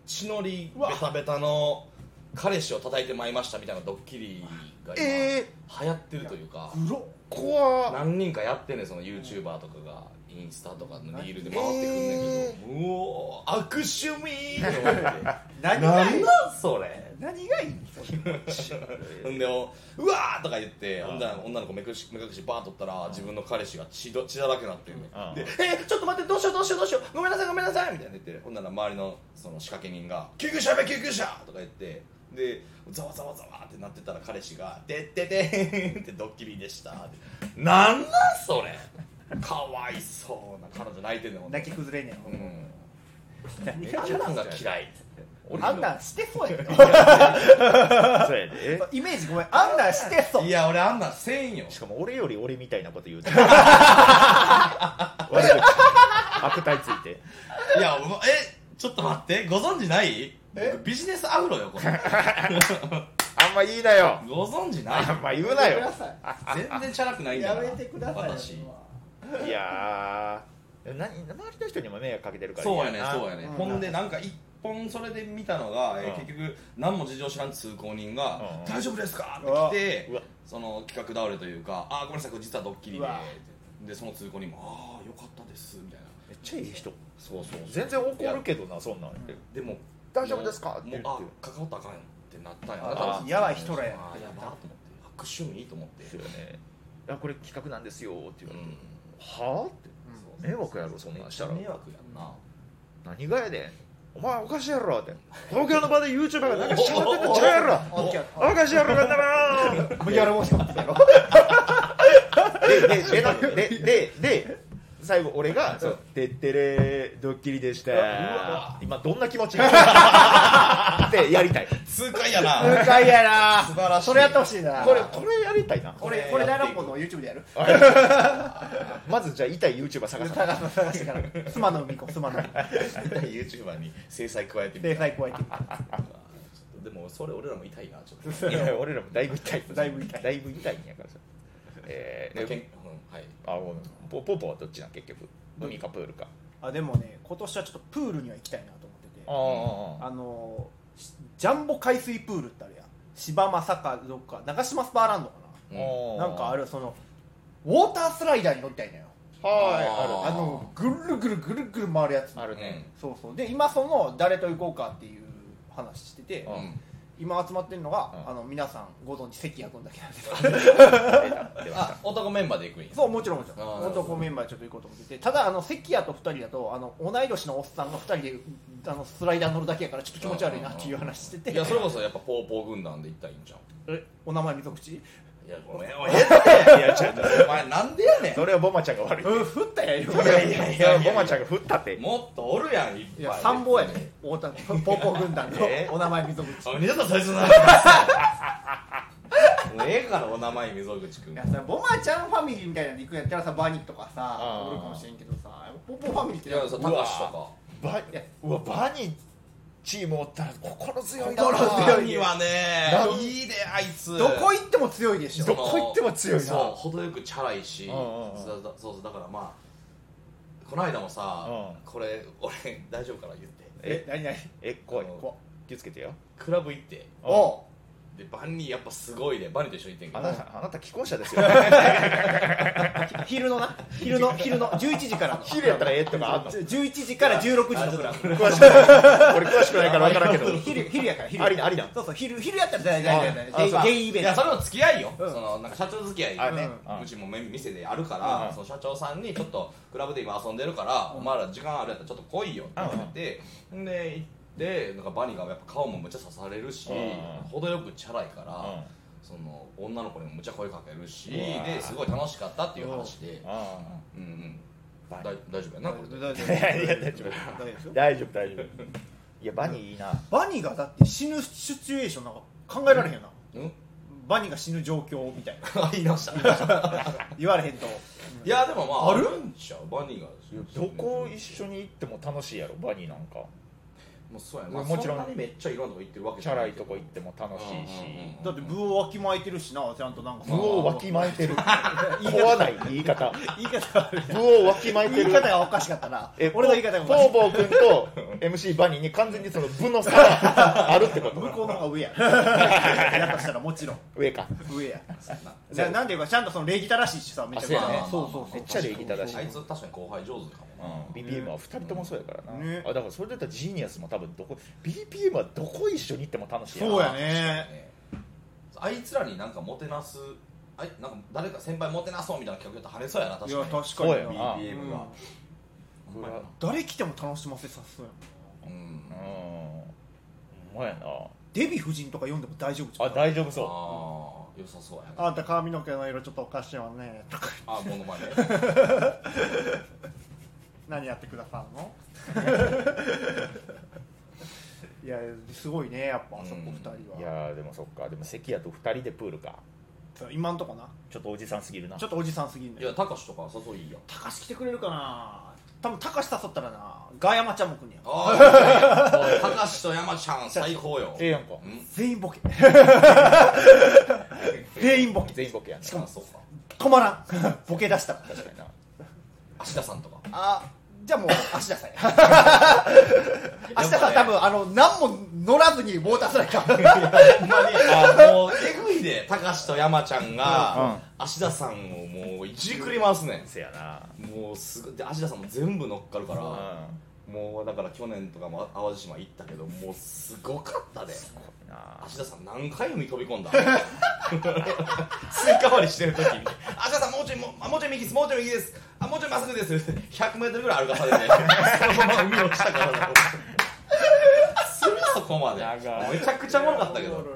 [SPEAKER 3] 血のり
[SPEAKER 1] うわ
[SPEAKER 3] ベタベタの彼氏を叩いてまいりましたみたいなドッキリが今、
[SPEAKER 2] え
[SPEAKER 3] 流行ってるというか。
[SPEAKER 1] 黒
[SPEAKER 2] 怖っ
[SPEAKER 3] 何人かやってんねんその YouTuber とかがインスタとかのリールで回ってくんねんけど、うおー悪趣味ーって思って
[SPEAKER 1] 何がい
[SPEAKER 3] 何
[SPEAKER 1] い
[SPEAKER 3] なんそれ
[SPEAKER 1] 何がいいそれ
[SPEAKER 3] ほんでもううわーとか言って女女の子目隠し目隠しバーン取ったら自分の彼氏が血ど血だらけになってるね
[SPEAKER 2] うん
[SPEAKER 3] で「えーちょっと待ってどうしようどうしようどうしようごめんなさいごめんなさい」みたいな言ってほんなら周りのその仕掛け人が「救急車やべ救急車!」とか言ってでざわざわざわってなってたら彼氏が「でっててーん」ってドッキリでしたってなんなんそれかわいそうな彼女泣いてんのもん
[SPEAKER 1] 泣き崩れんね
[SPEAKER 3] うんん
[SPEAKER 1] 何
[SPEAKER 3] あんなんが
[SPEAKER 1] い
[SPEAKER 3] 嫌い
[SPEAKER 1] あんなんしてそうやけど
[SPEAKER 2] そうやで
[SPEAKER 1] イメージごめんあんなんしてそう
[SPEAKER 3] いや俺あんなんせんよ
[SPEAKER 2] しかも俺より俺みたいなこと言うて悪口悪態ついて
[SPEAKER 3] いや、お前え、ちょっと待って、ご存知ない僕ビジネスアフロよ、これ。
[SPEAKER 2] あんま言いなよ
[SPEAKER 3] ご存知ない
[SPEAKER 2] あんま言うな
[SPEAKER 1] やめてく
[SPEAKER 2] よ
[SPEAKER 1] ださ
[SPEAKER 3] 全然チャラくないいんだ
[SPEAKER 1] や
[SPEAKER 3] から
[SPEAKER 1] めてください
[SPEAKER 3] 私。
[SPEAKER 2] いやーな周りの人にも迷惑かけてるから
[SPEAKER 3] そうやね
[SPEAKER 2] 嫌な、
[SPEAKER 3] そうやね。
[SPEAKER 1] うん
[SPEAKER 3] ほんで、なんか行っ本それで見たのが、え
[SPEAKER 2] う
[SPEAKER 3] ー
[SPEAKER 2] ん
[SPEAKER 3] 結局何も事情知らん通行人が
[SPEAKER 2] うんうん
[SPEAKER 3] 大丈夫ですか?」って来て
[SPEAKER 2] うわ
[SPEAKER 3] その企画倒れというか「ああごめんなさいこれ実はドッキリ
[SPEAKER 1] う
[SPEAKER 3] で」
[SPEAKER 1] わ
[SPEAKER 3] でその通行人も「ああよかったです」みたいな
[SPEAKER 2] めっちゃいい人そうそう全然怒るけどなそんなん
[SPEAKER 3] でも
[SPEAKER 2] 大丈夫ですか
[SPEAKER 3] もう
[SPEAKER 2] って言って
[SPEAKER 3] もうあ関わったらあかんってなったんやな
[SPEAKER 1] あ
[SPEAKER 3] だから
[SPEAKER 1] やばい人らや
[SPEAKER 3] あーやばーと思って悪趣味いいと思って
[SPEAKER 2] ですよね「あこれ企画なんですよ」って言
[SPEAKER 3] う
[SPEAKER 2] われて
[SPEAKER 3] ん
[SPEAKER 2] 「はあ?」って
[SPEAKER 1] う
[SPEAKER 2] 迷惑やろそんなんしたら
[SPEAKER 3] 迷惑やんな
[SPEAKER 2] 「何がやでお前おかしいやろ」って「東京の場で YouTuber がなんかしゃべってんちゃうやろ
[SPEAKER 1] んオッケー
[SPEAKER 2] おかしいやろこんなもん!」
[SPEAKER 1] オッケーやろうしかったやろ
[SPEAKER 2] でででなででで最後俺がそう「てってれードッキリでした」今どんな気持ちってやりたい
[SPEAKER 3] 痛快や
[SPEAKER 1] 痛
[SPEAKER 3] な
[SPEAKER 1] 快やな
[SPEAKER 3] 素晴らしい
[SPEAKER 1] それやってほしいな
[SPEAKER 2] これこれやりたいな
[SPEAKER 1] これこれ奈良子の YouTube でやる
[SPEAKER 2] まずじゃあ痛い YouTuber 探さな
[SPEAKER 1] 探してから妻の海子妻の海子
[SPEAKER 3] YouTuber に制裁加えてみ
[SPEAKER 1] 制
[SPEAKER 3] た
[SPEAKER 1] 裁加えて
[SPEAKER 3] あーちょっとでも それ俺らも痛いなちょっと、
[SPEAKER 2] いや俺らもだいぶ痛い
[SPEAKER 1] だいぶ痛い
[SPEAKER 2] だいぶ痛いんやからさえ
[SPEAKER 3] まあ
[SPEAKER 2] ー、
[SPEAKER 3] けんう
[SPEAKER 2] で
[SPEAKER 3] んはい
[SPEAKER 2] あもうポポポはどっちなん結局海かプールか
[SPEAKER 1] あでもね今年はちょっとプールには行きたいなと思ってて
[SPEAKER 2] あ
[SPEAKER 1] あのーしジャンボ海水プールってあるやん芝正かどっか長島スパーランドか
[SPEAKER 3] う
[SPEAKER 2] あ
[SPEAKER 3] ん
[SPEAKER 1] ななんかあ
[SPEAKER 2] る
[SPEAKER 1] るそのウォータースライダーに乗りたいのよ
[SPEAKER 2] はい
[SPEAKER 1] あのぐるぐるぐるぐる回るやつ
[SPEAKER 2] あるある
[SPEAKER 3] うん
[SPEAKER 2] ね
[SPEAKER 1] そうそうで今その誰と行こうかっていう話してて
[SPEAKER 2] うん
[SPEAKER 1] 今集まってるのが、
[SPEAKER 2] うん
[SPEAKER 1] あの皆さんご存知関谷君だけなんです
[SPEAKER 2] 出た出ました
[SPEAKER 3] あ男メンバーで行くんや
[SPEAKER 1] そうもちろんもちろ
[SPEAKER 3] あ
[SPEAKER 1] ん
[SPEAKER 3] ー
[SPEAKER 1] 男メンバーでちょっと行こうと思っててただあの関谷と2人だとあの同い年のおっさんが2人であのスライダー乗るだけやからちょっと気持ち悪いなっていう話してて
[SPEAKER 3] いやそれこそやっぱポーポー軍団で行ったらいいんじゃん
[SPEAKER 1] えお名前溝口
[SPEAKER 3] いやごめんおいえ
[SPEAKER 2] いやちょっと
[SPEAKER 3] お前なんでやね
[SPEAKER 2] それはボマちゃんが悪い
[SPEAKER 1] うん振ったやん今
[SPEAKER 3] いやいやいやいや
[SPEAKER 2] ボマちゃんが振ったって
[SPEAKER 3] んもっとおるやんいっぱい
[SPEAKER 1] いや参謀やね太 田ポポポ軍団の
[SPEAKER 2] え
[SPEAKER 1] お名前溝口
[SPEAKER 3] あ二度と最 初の話もうええからお名前溝口くん
[SPEAKER 1] いやさボマちゃんファミリーみたいなの行くんやったらさバニとか
[SPEAKER 2] あ
[SPEAKER 1] さ
[SPEAKER 2] ー
[SPEAKER 1] おるかもしれんけどさポポファミリーって
[SPEAKER 3] いやさ高橋とか
[SPEAKER 2] バ
[SPEAKER 1] いや
[SPEAKER 2] うわバニチームおったら心強いな
[SPEAKER 1] 心強い
[SPEAKER 3] いには
[SPEAKER 2] な
[SPEAKER 3] ねいいであいつ
[SPEAKER 1] どこ行っても強いでし
[SPEAKER 2] ど
[SPEAKER 1] ょ
[SPEAKER 2] こ行っても強いな
[SPEAKER 3] そう程よくチャラいし
[SPEAKER 2] うんうんうん
[SPEAKER 3] そうだそうそうだからまあこの間もさ
[SPEAKER 2] うん
[SPEAKER 3] これ俺大丈夫から言って
[SPEAKER 1] え何 何
[SPEAKER 2] え怖い
[SPEAKER 1] こ
[SPEAKER 2] 気をつけてよ
[SPEAKER 3] クラブ行って
[SPEAKER 1] おう
[SPEAKER 3] でバンニーやっぱすごいねバンニーと一緒に行ってんけ
[SPEAKER 2] あ
[SPEAKER 3] ど
[SPEAKER 2] なたあなた既婚者 ですよ
[SPEAKER 1] 昼のな昼の昼の11時からの
[SPEAKER 2] 昼やったらええとかあんの
[SPEAKER 1] 11時から16時のプラン
[SPEAKER 2] 詳しくない 俺詳しくないから分からんけ ど
[SPEAKER 1] 昼昼やから昼
[SPEAKER 2] ありなありな
[SPEAKER 1] そうそう昼昼やったら大丈夫
[SPEAKER 2] ああそう
[SPEAKER 1] ゲイゲイイベ
[SPEAKER 3] い
[SPEAKER 1] ン
[SPEAKER 3] や
[SPEAKER 1] ト
[SPEAKER 3] それも付き合いよ、
[SPEAKER 1] うん
[SPEAKER 3] そのなんか社長付き合い
[SPEAKER 2] あね
[SPEAKER 1] う
[SPEAKER 2] うん
[SPEAKER 3] うちもめ店であるから、
[SPEAKER 2] うん
[SPEAKER 3] その社長さんにちょっとクラブで今遊んでるから、お前ら時間あるやったらちょっと来いよって言って、んで行ってなんかバニーがやっぱ顔もむっちゃ刺されるし、
[SPEAKER 2] うん
[SPEAKER 3] 程よくチャラいから、
[SPEAKER 2] うん
[SPEAKER 3] その女の子にもむっちゃ声かけるし、
[SPEAKER 2] うわ
[SPEAKER 3] ですごい楽しかったっていう話で、
[SPEAKER 2] あ
[SPEAKER 3] うんうん、
[SPEAKER 2] バ
[SPEAKER 3] だ
[SPEAKER 2] ニ
[SPEAKER 3] 大丈夫やなこれで
[SPEAKER 1] 大丈夫
[SPEAKER 2] いやいや大丈夫
[SPEAKER 1] 大丈夫
[SPEAKER 2] ー大丈夫大丈夫 いやバニーいいな
[SPEAKER 1] バニがだって死ぬシチュエーションなんか考えられへんよな、
[SPEAKER 3] うん
[SPEAKER 1] バニが死ぬ状況みたいな
[SPEAKER 3] あ言い直した
[SPEAKER 1] 言われへんと
[SPEAKER 3] いやでもまあ
[SPEAKER 1] ある
[SPEAKER 3] んちゃうバニーが
[SPEAKER 2] どこ一緒に行っても楽しいやろバニーなんか
[SPEAKER 3] もうそうやな、
[SPEAKER 2] もちろん
[SPEAKER 3] そなにめっちゃいろんなとこ行ってるわけ
[SPEAKER 2] チ
[SPEAKER 3] じゃ
[SPEAKER 2] ャ
[SPEAKER 3] な
[SPEAKER 2] ラ
[SPEAKER 3] い
[SPEAKER 2] い
[SPEAKER 3] けど
[SPEAKER 2] とこ行っても楽しいし
[SPEAKER 1] だって部をわきまえてるしなちゃんとなんか
[SPEAKER 2] 部をわきまえてる壊ない 言い方
[SPEAKER 1] 言い方悪い
[SPEAKER 2] 部をわきまえて
[SPEAKER 1] 言
[SPEAKER 2] る
[SPEAKER 1] い方がおかしかったな
[SPEAKER 2] え
[SPEAKER 1] 俺の言い方がおかし
[SPEAKER 2] 東
[SPEAKER 1] かっ
[SPEAKER 2] 坊君と MC バニーに完全にその部の差があるってこ
[SPEAKER 1] た向
[SPEAKER 2] と
[SPEAKER 1] こうの方が 上やだとしたらもちろん
[SPEAKER 2] 上か
[SPEAKER 1] 上や
[SPEAKER 3] そうやな
[SPEAKER 1] じゃあなんていうかちゃんとその礼儀正しいしさめちゃくちゃ
[SPEAKER 2] あそうやね
[SPEAKER 1] そうそうそう
[SPEAKER 2] めっちゃ礼儀正し
[SPEAKER 3] あいつ確かに後輩上手かもな、
[SPEAKER 2] BPM は2人ともそうやからな、
[SPEAKER 1] ね
[SPEAKER 2] あだからそれだったらジーニアスも多分どこ BPM はどこ一緒に行っても楽しいやん
[SPEAKER 1] そうやね
[SPEAKER 3] あいつらになんかもてなすあいなんか誰か先輩もてなそうみたいな企画やったら跳ねそうやな
[SPEAKER 1] い
[SPEAKER 3] 確かに
[SPEAKER 1] や確
[SPEAKER 2] そう
[SPEAKER 1] か
[SPEAKER 2] や
[SPEAKER 1] に
[SPEAKER 2] な
[SPEAKER 1] な
[SPEAKER 3] BPM
[SPEAKER 2] う
[SPEAKER 3] が
[SPEAKER 2] ん
[SPEAKER 3] ほんまやな
[SPEAKER 1] 誰来ても楽しませさそうやもん
[SPEAKER 3] うん、
[SPEAKER 2] うんほんまやな
[SPEAKER 1] デヴィ夫人とか読んでも大丈夫じゃ
[SPEAKER 2] あ
[SPEAKER 1] ん
[SPEAKER 2] 大丈夫
[SPEAKER 3] あ
[SPEAKER 2] そ
[SPEAKER 3] あ良さそうやな
[SPEAKER 1] あんた髪の毛の色ちょっとおかしいわねとか
[SPEAKER 3] あモノマネ
[SPEAKER 1] 何やってくださ るのいやすごいねやっぱあそこ2人
[SPEAKER 2] うい
[SPEAKER 1] は、
[SPEAKER 2] やーでもそっかでも関谷と2人でプールか
[SPEAKER 1] そう今んとこな
[SPEAKER 2] ちょっとおじさんすぎるな
[SPEAKER 1] ちょっとおじさんすぎんね
[SPEAKER 3] いやたかしとか誘いいやん
[SPEAKER 1] 高橋来てくれるかな多分高橋誘ったらなガヤマちゃんも来んねや
[SPEAKER 3] ああたかしと山ちゃん最高よ
[SPEAKER 2] ええやんか
[SPEAKER 3] うん
[SPEAKER 1] 全員ボ ケ全員ボケ
[SPEAKER 2] 全員ボケやな
[SPEAKER 3] しかもそうか
[SPEAKER 1] 止まらんボケ出したら
[SPEAKER 2] 確かにな
[SPEAKER 3] 芦田さんとか
[SPEAKER 1] あじゃあもう足出せ 足出さ多分あの何も乗らずにウォータースライダー
[SPEAKER 3] ほんまにあもうえぐいで高橋と山ちゃんが芦田さんをもういじくり回すねん
[SPEAKER 2] せやな
[SPEAKER 3] もうすごいで芦田さんも全部乗っかるから、
[SPEAKER 2] う
[SPEAKER 3] もうだから去年とかも淡路島行ったけどもうすごかったで
[SPEAKER 2] んな
[SPEAKER 3] 芦田さん何回海飛び込んだスイカ割りしてる時に芦田さんもうちょいもうあもうちょい右ですもうちょい右ですあもうちょいまっすぐです 100m ぐらい歩かされてそのまま海落ちたから するそこまで
[SPEAKER 2] 長い
[SPEAKER 3] めちゃくちゃおもろかったけど結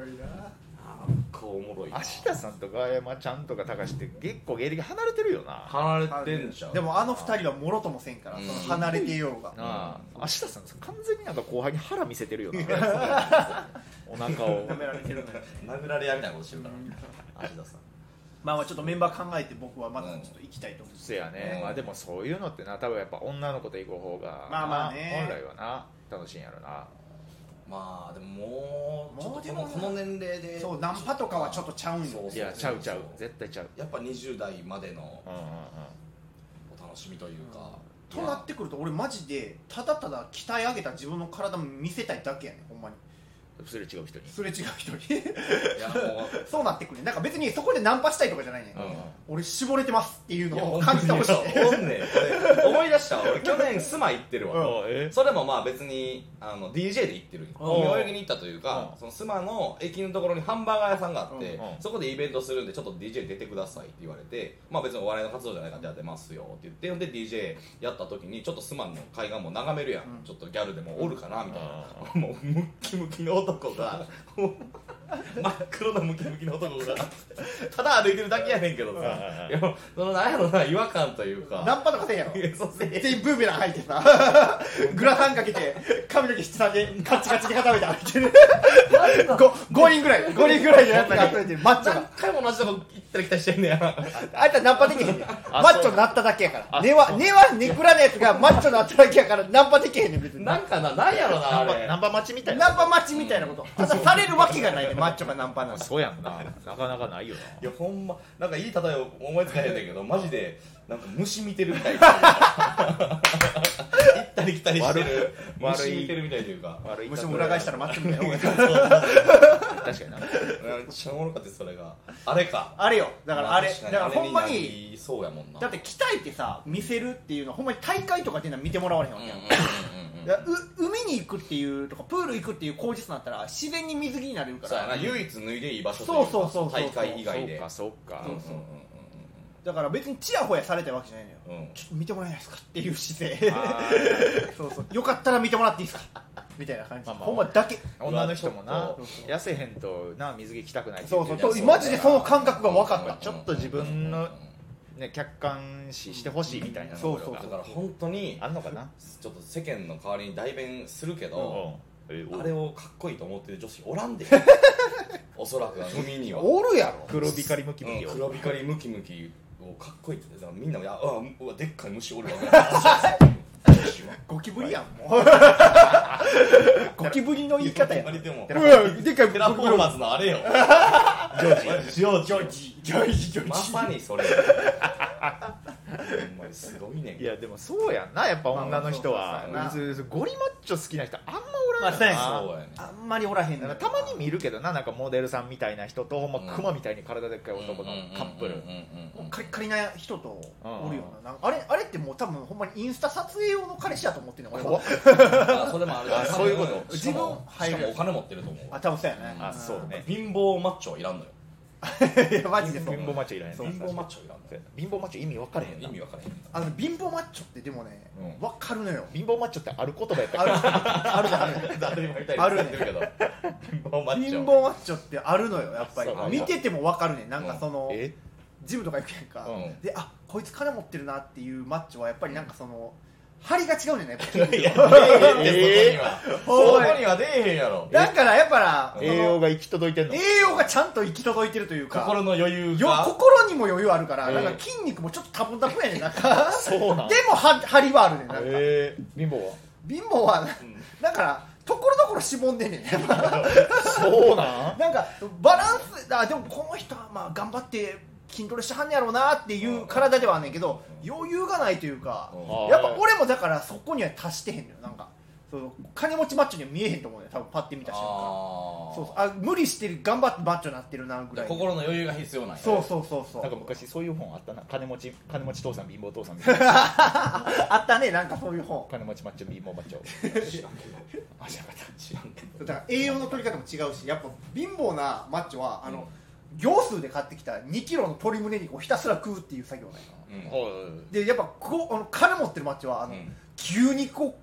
[SPEAKER 3] 構おもろいな
[SPEAKER 2] 芦田さんとか山ちゃんとか高橋って結構芸歴離れてるよな
[SPEAKER 3] 離れてんじゃん
[SPEAKER 1] でもあの二人はもろともせんから、
[SPEAKER 3] うん
[SPEAKER 1] その離れていようが
[SPEAKER 2] なあ芦田さん完全になんか後輩に腹見せてるよな お腹を
[SPEAKER 1] 舐められてるので
[SPEAKER 3] 殴られ屋みたいなことしてるから芦田さん
[SPEAKER 1] まあまあちょっとメンバー考えて僕はまだちょっと行きたいと思うんです
[SPEAKER 2] せやね、
[SPEAKER 3] うん
[SPEAKER 2] まあでもそういうのってな多分やっぱ女の子と行く方が
[SPEAKER 1] まあまあね
[SPEAKER 2] 本来はな楽しいんやろな
[SPEAKER 3] まあでももうちょっと
[SPEAKER 1] も
[SPEAKER 3] この
[SPEAKER 1] うで
[SPEAKER 3] こ
[SPEAKER 1] も
[SPEAKER 3] の年齢で
[SPEAKER 1] そうナンパとかはちょっとちゃうんよ
[SPEAKER 3] そう
[SPEAKER 2] いやちゃうちゃう絶対ちゃう
[SPEAKER 3] やっぱ20代までの
[SPEAKER 2] うんうんうん
[SPEAKER 3] お楽しみというか、
[SPEAKER 1] となってくると俺マジでただただ鍛え上げた自分の体も見せたいだけやねんほんまに
[SPEAKER 2] それ違う人に
[SPEAKER 1] すれ違う人に
[SPEAKER 3] いやも う
[SPEAKER 1] そうなってくるねなんか別にそこでナンパしたいとかじゃないねん、
[SPEAKER 3] うん
[SPEAKER 1] 俺絞れてますっていう
[SPEAKER 3] いや
[SPEAKER 1] のを感じてほしい
[SPEAKER 3] 本当にそうおんねん俺思い出したわ俺去年スマ行ってるわ、
[SPEAKER 2] あえ
[SPEAKER 3] それもまあ別にあの DJ で行ってるんよ
[SPEAKER 2] うん
[SPEAKER 3] 泳ぎに行ったというか、
[SPEAKER 2] うん
[SPEAKER 3] そのスマの駅のところにハンバーガー屋さんがあって、
[SPEAKER 2] うんうん
[SPEAKER 3] そこでイベントするんでちょっと DJ 出てくださいって言われてまあ別にお笑いの活動じゃないからやってますよって言ってほんで DJ やった時にちょっとスマの海岸も眺めるやん、
[SPEAKER 1] うん
[SPEAKER 3] ちょっとギャルでもおるかなみたいな、
[SPEAKER 2] あ
[SPEAKER 3] もうムッキムキの男がもう真っ黒なムキムキの男がただ歩いてるだけやねんけどさ、
[SPEAKER 2] はい
[SPEAKER 3] いやそのなんやろな違和感というか
[SPEAKER 1] ナンパとかせんやろ
[SPEAKER 3] いや そうせえ
[SPEAKER 1] 全員ブーメラン履いてさグラタンかけて髪の毛七三でカッチカチに固めて歩いてる 5, 人ぐらい5人ぐらいのやつが集めてるマッチョ
[SPEAKER 3] 何
[SPEAKER 1] が
[SPEAKER 3] 回も同じとこ行ったり来たりしてんねや
[SPEAKER 1] あいつはナンパできへんねんマ
[SPEAKER 2] あ
[SPEAKER 1] ッチョになっただけやから
[SPEAKER 2] あ
[SPEAKER 1] 根は根はネクラのやつがマッチョになっただけやからナンパできへんねん別に
[SPEAKER 3] なんかななんやろな
[SPEAKER 2] ナ
[SPEAKER 3] あ
[SPEAKER 2] ンパナン
[SPEAKER 3] れ
[SPEAKER 2] パ待ちみたい
[SPEAKER 1] ナン
[SPEAKER 2] な
[SPEAKER 1] パ待ちみたいなことただされるわけがないねんマッチョがナンパなんて
[SPEAKER 2] そうやんななかなかないよない
[SPEAKER 3] やほんまなんかいい例えを思いつかへんねんけどマジでなんか虫見てるみ たい行ったり来たりしてる
[SPEAKER 2] 悪い
[SPEAKER 3] 虫見てるみたいとい うか
[SPEAKER 2] 悪い
[SPEAKER 1] むしろ裏返したらマッチョみたいな方がいい
[SPEAKER 2] 確かにな
[SPEAKER 3] めっちゃおもろかったですそれがあれか
[SPEAKER 1] あれよだからあれ
[SPEAKER 3] ま確
[SPEAKER 1] だからほんまに
[SPEAKER 3] あれなりそうやもんな
[SPEAKER 1] だって鍛えてさ見せるっていうのはほんまに大会とかっていうのは見てもらわれへん
[SPEAKER 3] う
[SPEAKER 1] わ
[SPEAKER 3] ん
[SPEAKER 1] け
[SPEAKER 3] うん
[SPEAKER 1] やん、
[SPEAKER 3] うんうん
[SPEAKER 1] だからう海に行くっていうとかプール行くっていう口実になったら自然に水着になれるか
[SPEAKER 3] そうやな
[SPEAKER 1] ら
[SPEAKER 3] 唯一脱いでいい場所というか
[SPEAKER 1] そうそうそうそう
[SPEAKER 3] 大会以外
[SPEAKER 2] そう
[SPEAKER 3] で
[SPEAKER 2] かそうか
[SPEAKER 3] うんうん
[SPEAKER 1] だから別にチヤホヤされたわけじゃないのよ
[SPEAKER 3] うんうんうん
[SPEAKER 1] ちょっと見てもらえないですかっていう姿勢
[SPEAKER 2] あ
[SPEAKER 1] そうそうよかったら見てもらっていいですかみたいな感じ、
[SPEAKER 2] まあまあ
[SPEAKER 1] ほんまだけ
[SPEAKER 2] ー女の人もな
[SPEAKER 1] そうそう
[SPEAKER 2] 痩せへんとな水着着たくないって
[SPEAKER 1] そ
[SPEAKER 2] 言
[SPEAKER 1] う
[SPEAKER 2] って
[SPEAKER 1] そ
[SPEAKER 2] る
[SPEAKER 1] う
[SPEAKER 2] やん
[SPEAKER 1] そうマジでその感覚が分かった、
[SPEAKER 2] ちょっと自分の
[SPEAKER 3] うんうん
[SPEAKER 2] ね、客観視してほしいみたいなところが
[SPEAKER 3] うんだから本当に
[SPEAKER 2] あんのかな、
[SPEAKER 3] ちょっと世間の代わりに代弁するけど、
[SPEAKER 2] え
[SPEAKER 3] あ
[SPEAKER 2] あ
[SPEAKER 3] れ
[SPEAKER 2] れ
[SPEAKER 3] をかっこいいと思ってる女子おらんでおそらく海には、うん
[SPEAKER 1] おるやろ
[SPEAKER 2] 黒光りムキムキを、
[SPEAKER 3] 黒光りムキムキをかっこいいってだからみんな「いやうわうわでっかい虫おるわ」女子は
[SPEAKER 1] ゴキブリやんもうゴキブリの言い方や
[SPEAKER 3] あれでも
[SPEAKER 1] うわでっかいゴ
[SPEAKER 3] テ
[SPEAKER 1] キ
[SPEAKER 3] ラフ
[SPEAKER 1] ブ
[SPEAKER 3] ォ
[SPEAKER 1] リ
[SPEAKER 3] ーマーズのあれよジョージジョージ
[SPEAKER 1] ジョージジョージジョージ
[SPEAKER 3] まさにそれほんまにすごいねん
[SPEAKER 2] いやでもそうやんなやっぱ女の人
[SPEAKER 1] まあ
[SPEAKER 2] は、
[SPEAKER 1] まあそう
[SPEAKER 2] そうそうゴリマッチョ好きな人あんまおらん
[SPEAKER 1] まあそうやね
[SPEAKER 2] な
[SPEAKER 3] そうやね
[SPEAKER 1] あんまりおらへん
[SPEAKER 2] だ
[SPEAKER 1] の
[SPEAKER 2] か
[SPEAKER 1] よ
[SPEAKER 2] らたまに見るけどななんかモデルさんみたいな人とほんま
[SPEAKER 3] うん
[SPEAKER 2] クマみたいに体でっかい男のカップル、
[SPEAKER 3] うんうんうんうんうん
[SPEAKER 1] カリカリな人とおるようななんかあれあれってもう多分ほんまにインスタ撮影用の彼氏だと思ってるの俺は
[SPEAKER 3] あそれもある
[SPEAKER 2] あそういうこと
[SPEAKER 1] 自
[SPEAKER 3] 自分
[SPEAKER 1] 分
[SPEAKER 3] しかもお金持ってると思う
[SPEAKER 1] あ多分そうやね
[SPEAKER 2] あそうね
[SPEAKER 3] 貧乏マッチョはいらんのよ
[SPEAKER 1] い やマジでそう
[SPEAKER 2] 貧乏マッチョいらへんね
[SPEAKER 3] 貧乏マッチョいらんのよ
[SPEAKER 2] 貧乏マッチョ意味分かれへん
[SPEAKER 3] 意
[SPEAKER 2] な
[SPEAKER 3] 味分からへんな
[SPEAKER 1] あの貧乏マッチョってでもね
[SPEAKER 3] うん
[SPEAKER 1] わかるのよ
[SPEAKER 2] 貧乏マッチョってある言葉やったっ
[SPEAKER 1] あるあるじゃん
[SPEAKER 3] 誰にも言いたい
[SPEAKER 1] あるね
[SPEAKER 3] 言ってるけど貧乏マッチ
[SPEAKER 1] 貧
[SPEAKER 3] ョ
[SPEAKER 1] 乏マッチョってあるのよやっぱり
[SPEAKER 3] あそう
[SPEAKER 1] 見ててもわかるねなんかその
[SPEAKER 2] けえ
[SPEAKER 1] ジムとか行くやんか
[SPEAKER 3] うん
[SPEAKER 1] であこいつ金持ってるなっていうマッチョはやっぱりなんかその張りが違うねんなやっぱ筋肉
[SPEAKER 3] いや出えへんってそこに
[SPEAKER 1] お
[SPEAKER 3] はいそこには出えへんやろ
[SPEAKER 1] だからやっぱりその
[SPEAKER 2] 栄養が行き届いてんの
[SPEAKER 1] 栄養がちゃんと行き届いてるというか
[SPEAKER 3] 心の余裕
[SPEAKER 1] よ
[SPEAKER 3] が
[SPEAKER 1] 心にも余裕あるから、
[SPEAKER 3] うん
[SPEAKER 1] なんか筋肉もちょっとタポンタポンやねんなんか
[SPEAKER 2] そうなん
[SPEAKER 1] でもは張りはあるねんなんか、
[SPEAKER 2] えー、貧乏は
[SPEAKER 1] 貧乏はな
[SPEAKER 3] うん
[SPEAKER 1] だからところどころしぼんでんねん
[SPEAKER 2] そうなん
[SPEAKER 1] なんかバランスあでもこの人はまあ頑張って筋筋トレしてはんねやろうなっていう体ではあんねんけど余裕がないというか
[SPEAKER 3] うん
[SPEAKER 2] あー
[SPEAKER 1] やっぱ俺もだからそこには達してへんのよなんかその金持ちマッチョには見えへんと思うね多分パッて見た瞬間
[SPEAKER 3] あー
[SPEAKER 1] そうそうあ無理してる頑張ってマッチョになってるなぐらい
[SPEAKER 3] 心の余裕が必要なんや
[SPEAKER 1] そうそうそうそう
[SPEAKER 2] なんか昔そういう本あったな金持ち金持ち父さん貧乏父さんみたい な
[SPEAKER 1] あったねなんかそういう本
[SPEAKER 2] 金持ちマッチョ貧乏マッチョあ知らなかった
[SPEAKER 3] 知らんけど
[SPEAKER 1] だから栄養の取り方も違うしやっぱ貧乏なマッチョはあ
[SPEAKER 3] うん
[SPEAKER 1] の行数で買ってきた2キロの鶏胸肉をひたすら食うっていう作業ね
[SPEAKER 3] うん
[SPEAKER 1] でやっぱこうあの金持ってるマッチョはあの、
[SPEAKER 3] うん
[SPEAKER 1] 牛肉を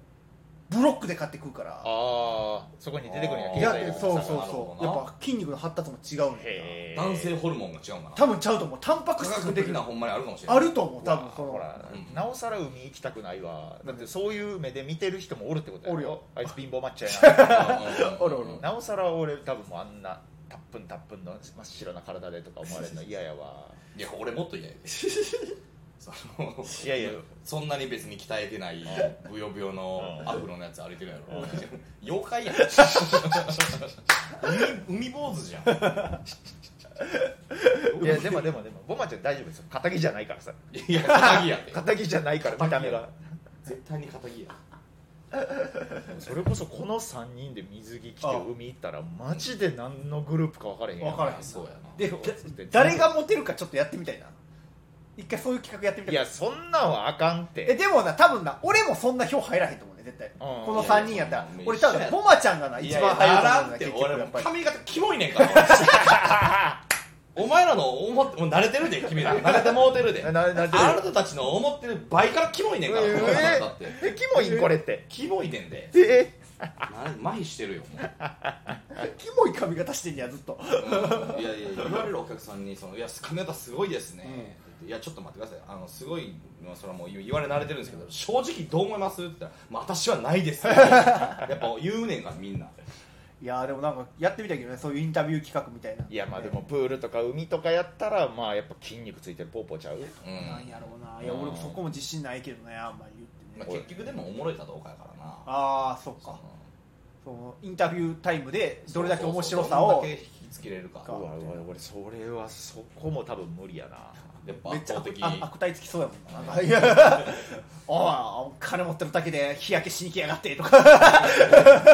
[SPEAKER 1] ブロックで買って食うから
[SPEAKER 2] ああそこに出てくるんや
[SPEAKER 3] あー
[SPEAKER 1] や
[SPEAKER 2] 経済
[SPEAKER 1] っ
[SPEAKER 2] が
[SPEAKER 1] てそうそう
[SPEAKER 3] なるほ
[SPEAKER 1] そう
[SPEAKER 3] ど
[SPEAKER 1] や
[SPEAKER 3] な
[SPEAKER 1] っぱ筋肉の発達も違うねんな
[SPEAKER 2] へー
[SPEAKER 3] 男性ホルモンが違うんかな
[SPEAKER 1] 多分ちゃうと思うタンパク
[SPEAKER 3] 科
[SPEAKER 1] 質
[SPEAKER 3] 学的なほんまにあるかもしれない
[SPEAKER 1] あると思う多分そ
[SPEAKER 2] ほ
[SPEAKER 1] の
[SPEAKER 2] ら、
[SPEAKER 3] うん
[SPEAKER 2] なおさら海行きたくないわだってそういう目で見てる人もおるってことやろ
[SPEAKER 1] おるよ
[SPEAKER 2] あいつ貧乏マッチョや
[SPEAKER 3] あ
[SPEAKER 1] あ るある
[SPEAKER 2] ななおさら俺多分もうあんなたっぷんたっぷんの真っ白な体でとか思われるの嫌やわ
[SPEAKER 3] いや俺もっと嫌やでその
[SPEAKER 2] いやいや
[SPEAKER 3] そんなに別に鍛えてないブヨブヨの
[SPEAKER 2] うん
[SPEAKER 3] アフロのやつ歩いてるやろ妖怪やん海海坊主じゃん
[SPEAKER 2] いやでもでもでもボマちゃん大丈夫ですよ敵じゃないからさ
[SPEAKER 3] いや仇やで
[SPEAKER 2] 敵じゃないから見た目が
[SPEAKER 3] 絶対に仇や
[SPEAKER 2] それこそこの3人で水着着て海行ったらマジで何のグループか分からへんや
[SPEAKER 1] 分からへん
[SPEAKER 3] そうやな
[SPEAKER 1] で
[SPEAKER 2] そうそうそう
[SPEAKER 1] 誰がモテるかちょっとやってみたいな一回そういう企画やってみた
[SPEAKER 2] いやそんなんはあかんっ
[SPEAKER 1] え
[SPEAKER 2] て
[SPEAKER 1] でもな多分な俺もそんな票入らへんと思うね絶対この3人やったら
[SPEAKER 3] いやいや
[SPEAKER 1] 俺多
[SPEAKER 3] 一緒や
[SPEAKER 1] 分ボマちゃんがな一番入ると思うんだ
[SPEAKER 3] いや
[SPEAKER 1] 結
[SPEAKER 3] いやな
[SPEAKER 1] 局
[SPEAKER 3] らん
[SPEAKER 1] や
[SPEAKER 3] っ
[SPEAKER 1] ってぱり
[SPEAKER 3] 俺髪型キモいねんからお前らの思ってもう慣れてるで君ら慣れてもうてるで
[SPEAKER 2] な
[SPEAKER 3] あ
[SPEAKER 2] なな
[SPEAKER 3] な
[SPEAKER 2] ってるよ
[SPEAKER 3] たたちの思ってる倍からキモいねんから
[SPEAKER 2] えー
[SPEAKER 3] だって
[SPEAKER 2] えキモいんこれって
[SPEAKER 3] キモいねんで
[SPEAKER 2] え
[SPEAKER 3] な麻痺してるよもう
[SPEAKER 1] キモい髪型してんねやずっと
[SPEAKER 3] いやいや言われるお客さんにその「いや髪型すごいですね」いやちょっと待ってくださいあのすごいのはそれはもう言われ慣れてるんですけど正直どう思います?」って言ったら「まあ、私はないです」やっぱ言うねんからみんない
[SPEAKER 1] やーでもなんかやってみたいけどねそういうインタビュー企画みたいない
[SPEAKER 2] やまあでもプールとか海とかやったらまあやっぱ筋肉ついてるポーポーちゃう
[SPEAKER 3] う
[SPEAKER 1] なん
[SPEAKER 3] ん、
[SPEAKER 1] やろうないや俺もそこも自信ないけどねあんまり言って
[SPEAKER 3] ま
[SPEAKER 1] ね
[SPEAKER 3] あ、結局でもおもろいかどうかやからな
[SPEAKER 1] ああそっ
[SPEAKER 3] そ
[SPEAKER 1] か
[SPEAKER 3] の
[SPEAKER 1] そのインタビュータイムでどれだけ面白さを
[SPEAKER 3] どんだけ引きつけれるか
[SPEAKER 2] うわうわ俺それはそこも多分無理やな
[SPEAKER 3] やっぱ
[SPEAKER 1] めっち
[SPEAKER 3] 圧
[SPEAKER 1] ゃ
[SPEAKER 3] 倒
[SPEAKER 1] 悪
[SPEAKER 3] 的
[SPEAKER 1] あ
[SPEAKER 3] に
[SPEAKER 1] 悪態つきそうやもんななんか おいお金持ってるだけで日焼けしに来やがってとか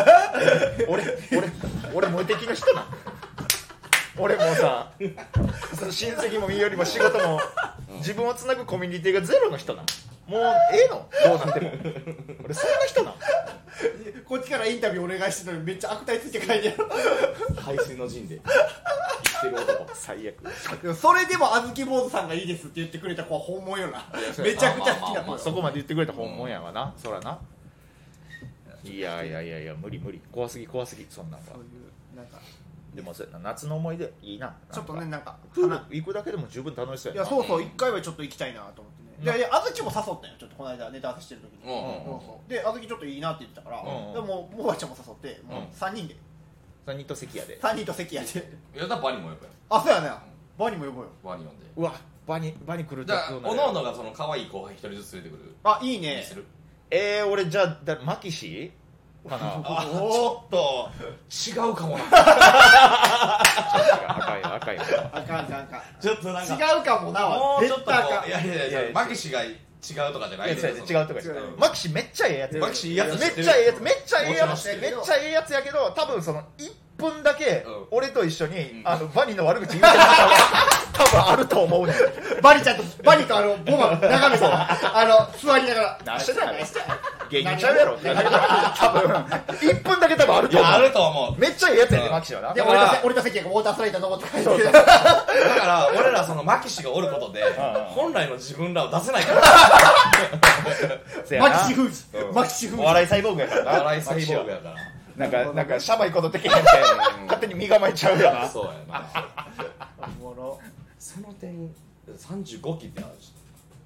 [SPEAKER 2] 俺俺俺無敵な人なん俺もうさその親戚も身よりも仕事も自分をつなぐコミュニティがゼロの人なんもうええのどうなっても俺そんな人なん
[SPEAKER 1] こっちからインタビューお願いしてるのにめっちゃ悪態ついて書いて あ
[SPEAKER 3] 海水の陣で生きてる男
[SPEAKER 2] 最悪
[SPEAKER 1] るでもそれでもあずき坊主さんがいいですって言ってくれた子は本物よなめちゃくちゃ好きな
[SPEAKER 3] ま
[SPEAKER 1] 子
[SPEAKER 3] あ
[SPEAKER 1] よ
[SPEAKER 2] そこまで言ってくれた本物やわな、そらないやいやいやいや無理無理怖すぎ怖すぎそんなん
[SPEAKER 1] そ
[SPEAKER 2] は
[SPEAKER 1] ういうなんか
[SPEAKER 2] でもそうやな夏の思い出いいな
[SPEAKER 1] ちょっとね
[SPEAKER 2] なんか
[SPEAKER 1] なんか
[SPEAKER 2] プール行くだけでも十分楽しそう
[SPEAKER 1] い
[SPEAKER 2] や
[SPEAKER 1] や
[SPEAKER 2] な
[SPEAKER 1] そうそう一回はちょっと行きたいなと思ってね、
[SPEAKER 2] うん
[SPEAKER 1] いやいやあずきも誘ったよちょっとこの間ネタ合わせしてる時
[SPEAKER 3] うんう
[SPEAKER 1] に、
[SPEAKER 3] ん
[SPEAKER 1] そううんそうであずきちょっといいなって言ってたから、
[SPEAKER 2] うん
[SPEAKER 1] でももばあちゃんも誘って、もう
[SPEAKER 2] うん
[SPEAKER 1] 3人で
[SPEAKER 2] 3人と関やで
[SPEAKER 1] 3人と席やで
[SPEAKER 3] いやだからバニもやっぱり
[SPEAKER 1] あそうやなバニも呼ぼうよ
[SPEAKER 3] バニ呼んで
[SPEAKER 2] うわ場に場に来る
[SPEAKER 3] じゃあ
[SPEAKER 2] どうな
[SPEAKER 3] お
[SPEAKER 2] る
[SPEAKER 3] のおのがその可愛い後輩一人ずつ連れてくる
[SPEAKER 1] あいい
[SPEAKER 3] に
[SPEAKER 1] ね
[SPEAKER 3] する
[SPEAKER 2] えー、俺じゃあだマキシか な
[SPEAKER 3] あち
[SPEAKER 1] おー
[SPEAKER 3] ょっと違うかもな
[SPEAKER 2] 赤い赤い
[SPEAKER 1] あかんあかんあかん
[SPEAKER 3] ちょっとな
[SPEAKER 1] 違うかもな
[SPEAKER 3] もうちょっ
[SPEAKER 1] 絶
[SPEAKER 3] とこ
[SPEAKER 1] 対あか
[SPEAKER 3] うんいやいやいや
[SPEAKER 2] いや
[SPEAKER 3] マキシが違うとかじゃない
[SPEAKER 2] や
[SPEAKER 3] で
[SPEAKER 2] つやで違うとか言って
[SPEAKER 1] 違う
[SPEAKER 2] マキシめっちゃええやつや
[SPEAKER 3] マキシいいや
[SPEAKER 2] め
[SPEAKER 3] つ知
[SPEAKER 2] って
[SPEAKER 3] る
[SPEAKER 2] ちゃええやつめっちゃええや
[SPEAKER 1] も
[SPEAKER 2] つ
[SPEAKER 1] ちろん
[SPEAKER 2] めっちゃええやつやけど多分その1分だけ
[SPEAKER 3] うん
[SPEAKER 2] 俺と一緒に、
[SPEAKER 3] ん
[SPEAKER 2] あのバニーの悪口言うてなかった多分あると思うねん
[SPEAKER 1] バニちゃんとバニとあのボマ 眺めたらあの座りながら
[SPEAKER 2] 何してんの
[SPEAKER 1] 何してんの
[SPEAKER 2] 芸人ちゃうやろ多分1分だけ多分ある
[SPEAKER 3] い
[SPEAKER 2] と思
[SPEAKER 3] やあ
[SPEAKER 2] う
[SPEAKER 3] ると思う
[SPEAKER 2] めっちゃええやつや
[SPEAKER 3] う
[SPEAKER 2] で
[SPEAKER 3] ん
[SPEAKER 2] マキシはな
[SPEAKER 1] で
[SPEAKER 3] や
[SPEAKER 1] 俺
[SPEAKER 3] だ
[SPEAKER 1] と
[SPEAKER 3] か
[SPEAKER 1] せ
[SPEAKER 3] ら
[SPEAKER 1] 俺と席やからウォータースライダー登って帰って
[SPEAKER 3] だから俺らそのマキシがおることで
[SPEAKER 2] ん
[SPEAKER 3] 本来の自分らを出せないから
[SPEAKER 2] せや
[SPEAKER 1] マ
[SPEAKER 2] な
[SPEAKER 1] キシ封じマキシ封
[SPEAKER 2] お
[SPEAKER 1] じ
[SPEAKER 2] 笑いサイボーグやからな
[SPEAKER 3] 笑いサイボーグ
[SPEAKER 2] マ
[SPEAKER 3] やから
[SPEAKER 2] キシはなんかなんかシャバいことできへんって勝手に身構えちゃうよな
[SPEAKER 3] そうやな
[SPEAKER 1] おもろ
[SPEAKER 3] その点35期ってある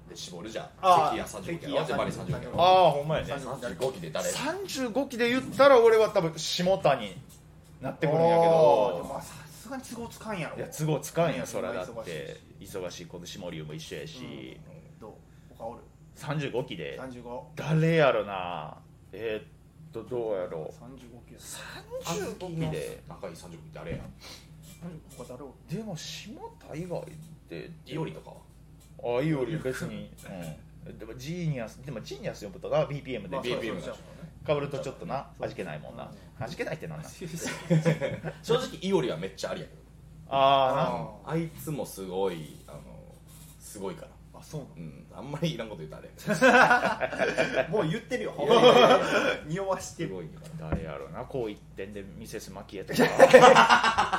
[SPEAKER 3] で絞るじゃん
[SPEAKER 1] ああ
[SPEAKER 3] 関谷35期やろ
[SPEAKER 1] 関
[SPEAKER 3] バリ
[SPEAKER 1] 谷
[SPEAKER 3] 35期や
[SPEAKER 1] 35期
[SPEAKER 3] ろ
[SPEAKER 2] ああほんまやね
[SPEAKER 3] 35期で誰
[SPEAKER 2] 35期で言ったら俺は多分下田になってくるんやけ
[SPEAKER 1] おーでもま
[SPEAKER 2] ど
[SPEAKER 1] あさすがに都合つかんやろ
[SPEAKER 2] いや都合つかんやそらだって忙しいこの下流も一緒やし、
[SPEAKER 1] どう他おる
[SPEAKER 2] 35期で
[SPEAKER 1] 3535
[SPEAKER 2] 誰やろなえーっとどうやろう
[SPEAKER 1] キロ
[SPEAKER 2] 35期で
[SPEAKER 3] 仲いい35期誰や
[SPEAKER 1] 他だろ
[SPEAKER 2] でも島大外って
[SPEAKER 3] いおりとかは
[SPEAKER 2] あいいより別に、うん、でもジーニアスでもジーニアス読むとな BPM
[SPEAKER 1] まあ
[SPEAKER 2] で
[SPEAKER 1] そう
[SPEAKER 3] BPM だし
[SPEAKER 2] かぶるとちょっとな味気ないもんな味気ないってなんなん
[SPEAKER 1] う
[SPEAKER 3] 正直いおりはめっちゃありやけど
[SPEAKER 2] あ
[SPEAKER 3] あいつもすごいあのすごいから
[SPEAKER 1] あそうな
[SPEAKER 3] うんあんまりいらんこと言ったらあれ
[SPEAKER 1] のもう言ってるよ 匂わして
[SPEAKER 3] す
[SPEAKER 1] る
[SPEAKER 3] ごいから
[SPEAKER 2] あな誰やろうなこう一点でミセスマキエ とか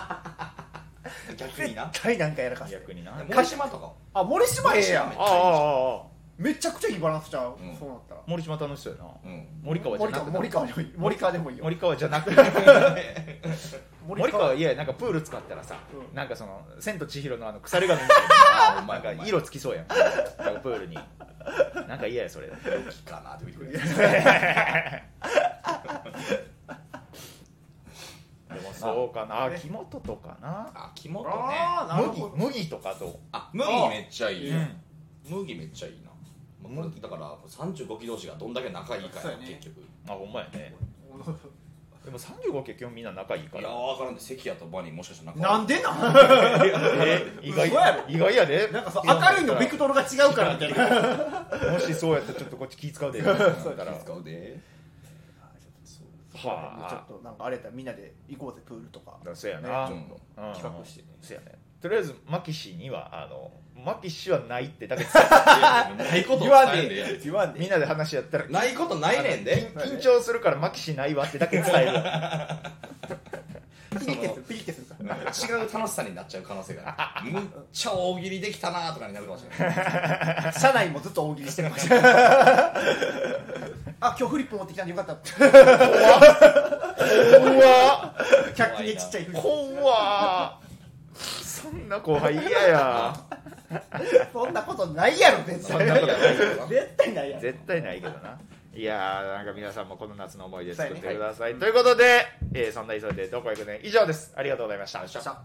[SPEAKER 3] 逆にな
[SPEAKER 1] 対なんかやらか
[SPEAKER 2] 逆になあ
[SPEAKER 3] 鹿島とか
[SPEAKER 1] あ森島ええや
[SPEAKER 3] 森
[SPEAKER 1] ん
[SPEAKER 3] 島
[SPEAKER 2] ああああ
[SPEAKER 1] めちゃくちゃいいバランスちゃう
[SPEAKER 3] うん
[SPEAKER 1] そうなったら
[SPEAKER 2] 森島楽しそうやな
[SPEAKER 3] うん
[SPEAKER 2] 森川じゃ
[SPEAKER 1] 森
[SPEAKER 2] な
[SPEAKER 1] 川
[SPEAKER 2] くて
[SPEAKER 1] 森川でもいい森川でもいいよ
[SPEAKER 2] 森川じゃなくて森川いやなんかプール使ったらさ、
[SPEAKER 1] うん
[SPEAKER 2] なんかその「千と千尋の」あの腐れ紙み
[SPEAKER 3] あーお
[SPEAKER 2] たいなな
[SPEAKER 3] 前
[SPEAKER 2] んか色つきそうやんなんかプールになんか嫌やそれ
[SPEAKER 3] お前好きかなって言ってくれる
[SPEAKER 2] でもそうかな
[SPEAKER 1] ね
[SPEAKER 2] 木本とかな
[SPEAKER 3] あ木本ね
[SPEAKER 1] ああなる
[SPEAKER 2] 麦
[SPEAKER 1] ほど
[SPEAKER 2] 麦とかと、
[SPEAKER 3] あ麦めっちゃいいな
[SPEAKER 2] うん
[SPEAKER 3] 麦めっちゃいいなまあ麦だから35期同士がどんだけ仲いいか
[SPEAKER 1] そう
[SPEAKER 3] や
[SPEAKER 1] や
[SPEAKER 3] な
[SPEAKER 1] ね
[SPEAKER 3] 結局
[SPEAKER 2] あほんまやねでも35系基本みんな仲いい
[SPEAKER 3] い
[SPEAKER 2] か
[SPEAKER 3] や
[SPEAKER 2] ら
[SPEAKER 3] 分からんで関谷とバニーもしかしたら仲
[SPEAKER 1] なん
[SPEAKER 3] で
[SPEAKER 1] でなん
[SPEAKER 2] え意外
[SPEAKER 1] 嘘やろ
[SPEAKER 2] 意外やで
[SPEAKER 1] なんかさ明るいのベクトルが違うからみたいな
[SPEAKER 2] もしそうやったらちょっとこっち気 使うでだったら
[SPEAKER 3] 使うでそう
[SPEAKER 1] ちょ
[SPEAKER 2] は
[SPEAKER 1] っとなんかあれやったらみんなで行こうぜプールとか
[SPEAKER 2] あそうやな、
[SPEAKER 3] ね
[SPEAKER 2] うん
[SPEAKER 1] 企画してね
[SPEAKER 2] そうやねとりあえずマキシにはあのマキシはないってだけ
[SPEAKER 3] ないこと
[SPEAKER 1] 言わん
[SPEAKER 3] ないん
[SPEAKER 1] で
[SPEAKER 3] でや
[SPEAKER 1] ええ言わ んでえ
[SPEAKER 2] みんなで話し合ったら
[SPEAKER 3] ないことないねんで
[SPEAKER 1] ない
[SPEAKER 2] 緊張するからマキシないわってだけ伝える
[SPEAKER 1] えピリってするピリってするから
[SPEAKER 3] 違う楽しさになっちゃう可能性があるむっちゃ大喜利できたなとかになるかもしれない
[SPEAKER 1] 社内もずっと大喜利して ました。あ、今日フリップ持ってきたんでよか った。
[SPEAKER 2] 怖っ
[SPEAKER 1] 100均でちっちゃいフリップ。
[SPEAKER 2] 怖っそんな後輩嫌や
[SPEAKER 1] そんなことないやろ、絶
[SPEAKER 3] そん
[SPEAKER 1] 対。
[SPEAKER 3] なことはないけどな
[SPEAKER 1] 絶対ないやろ。
[SPEAKER 2] 絶対ないけどないやーなんか皆さんもこの夏の思い出作ってください、
[SPEAKER 3] はい
[SPEAKER 2] ということで、えーそんな急いでどこ行くね以上ですありがとうございました
[SPEAKER 1] よっしゃ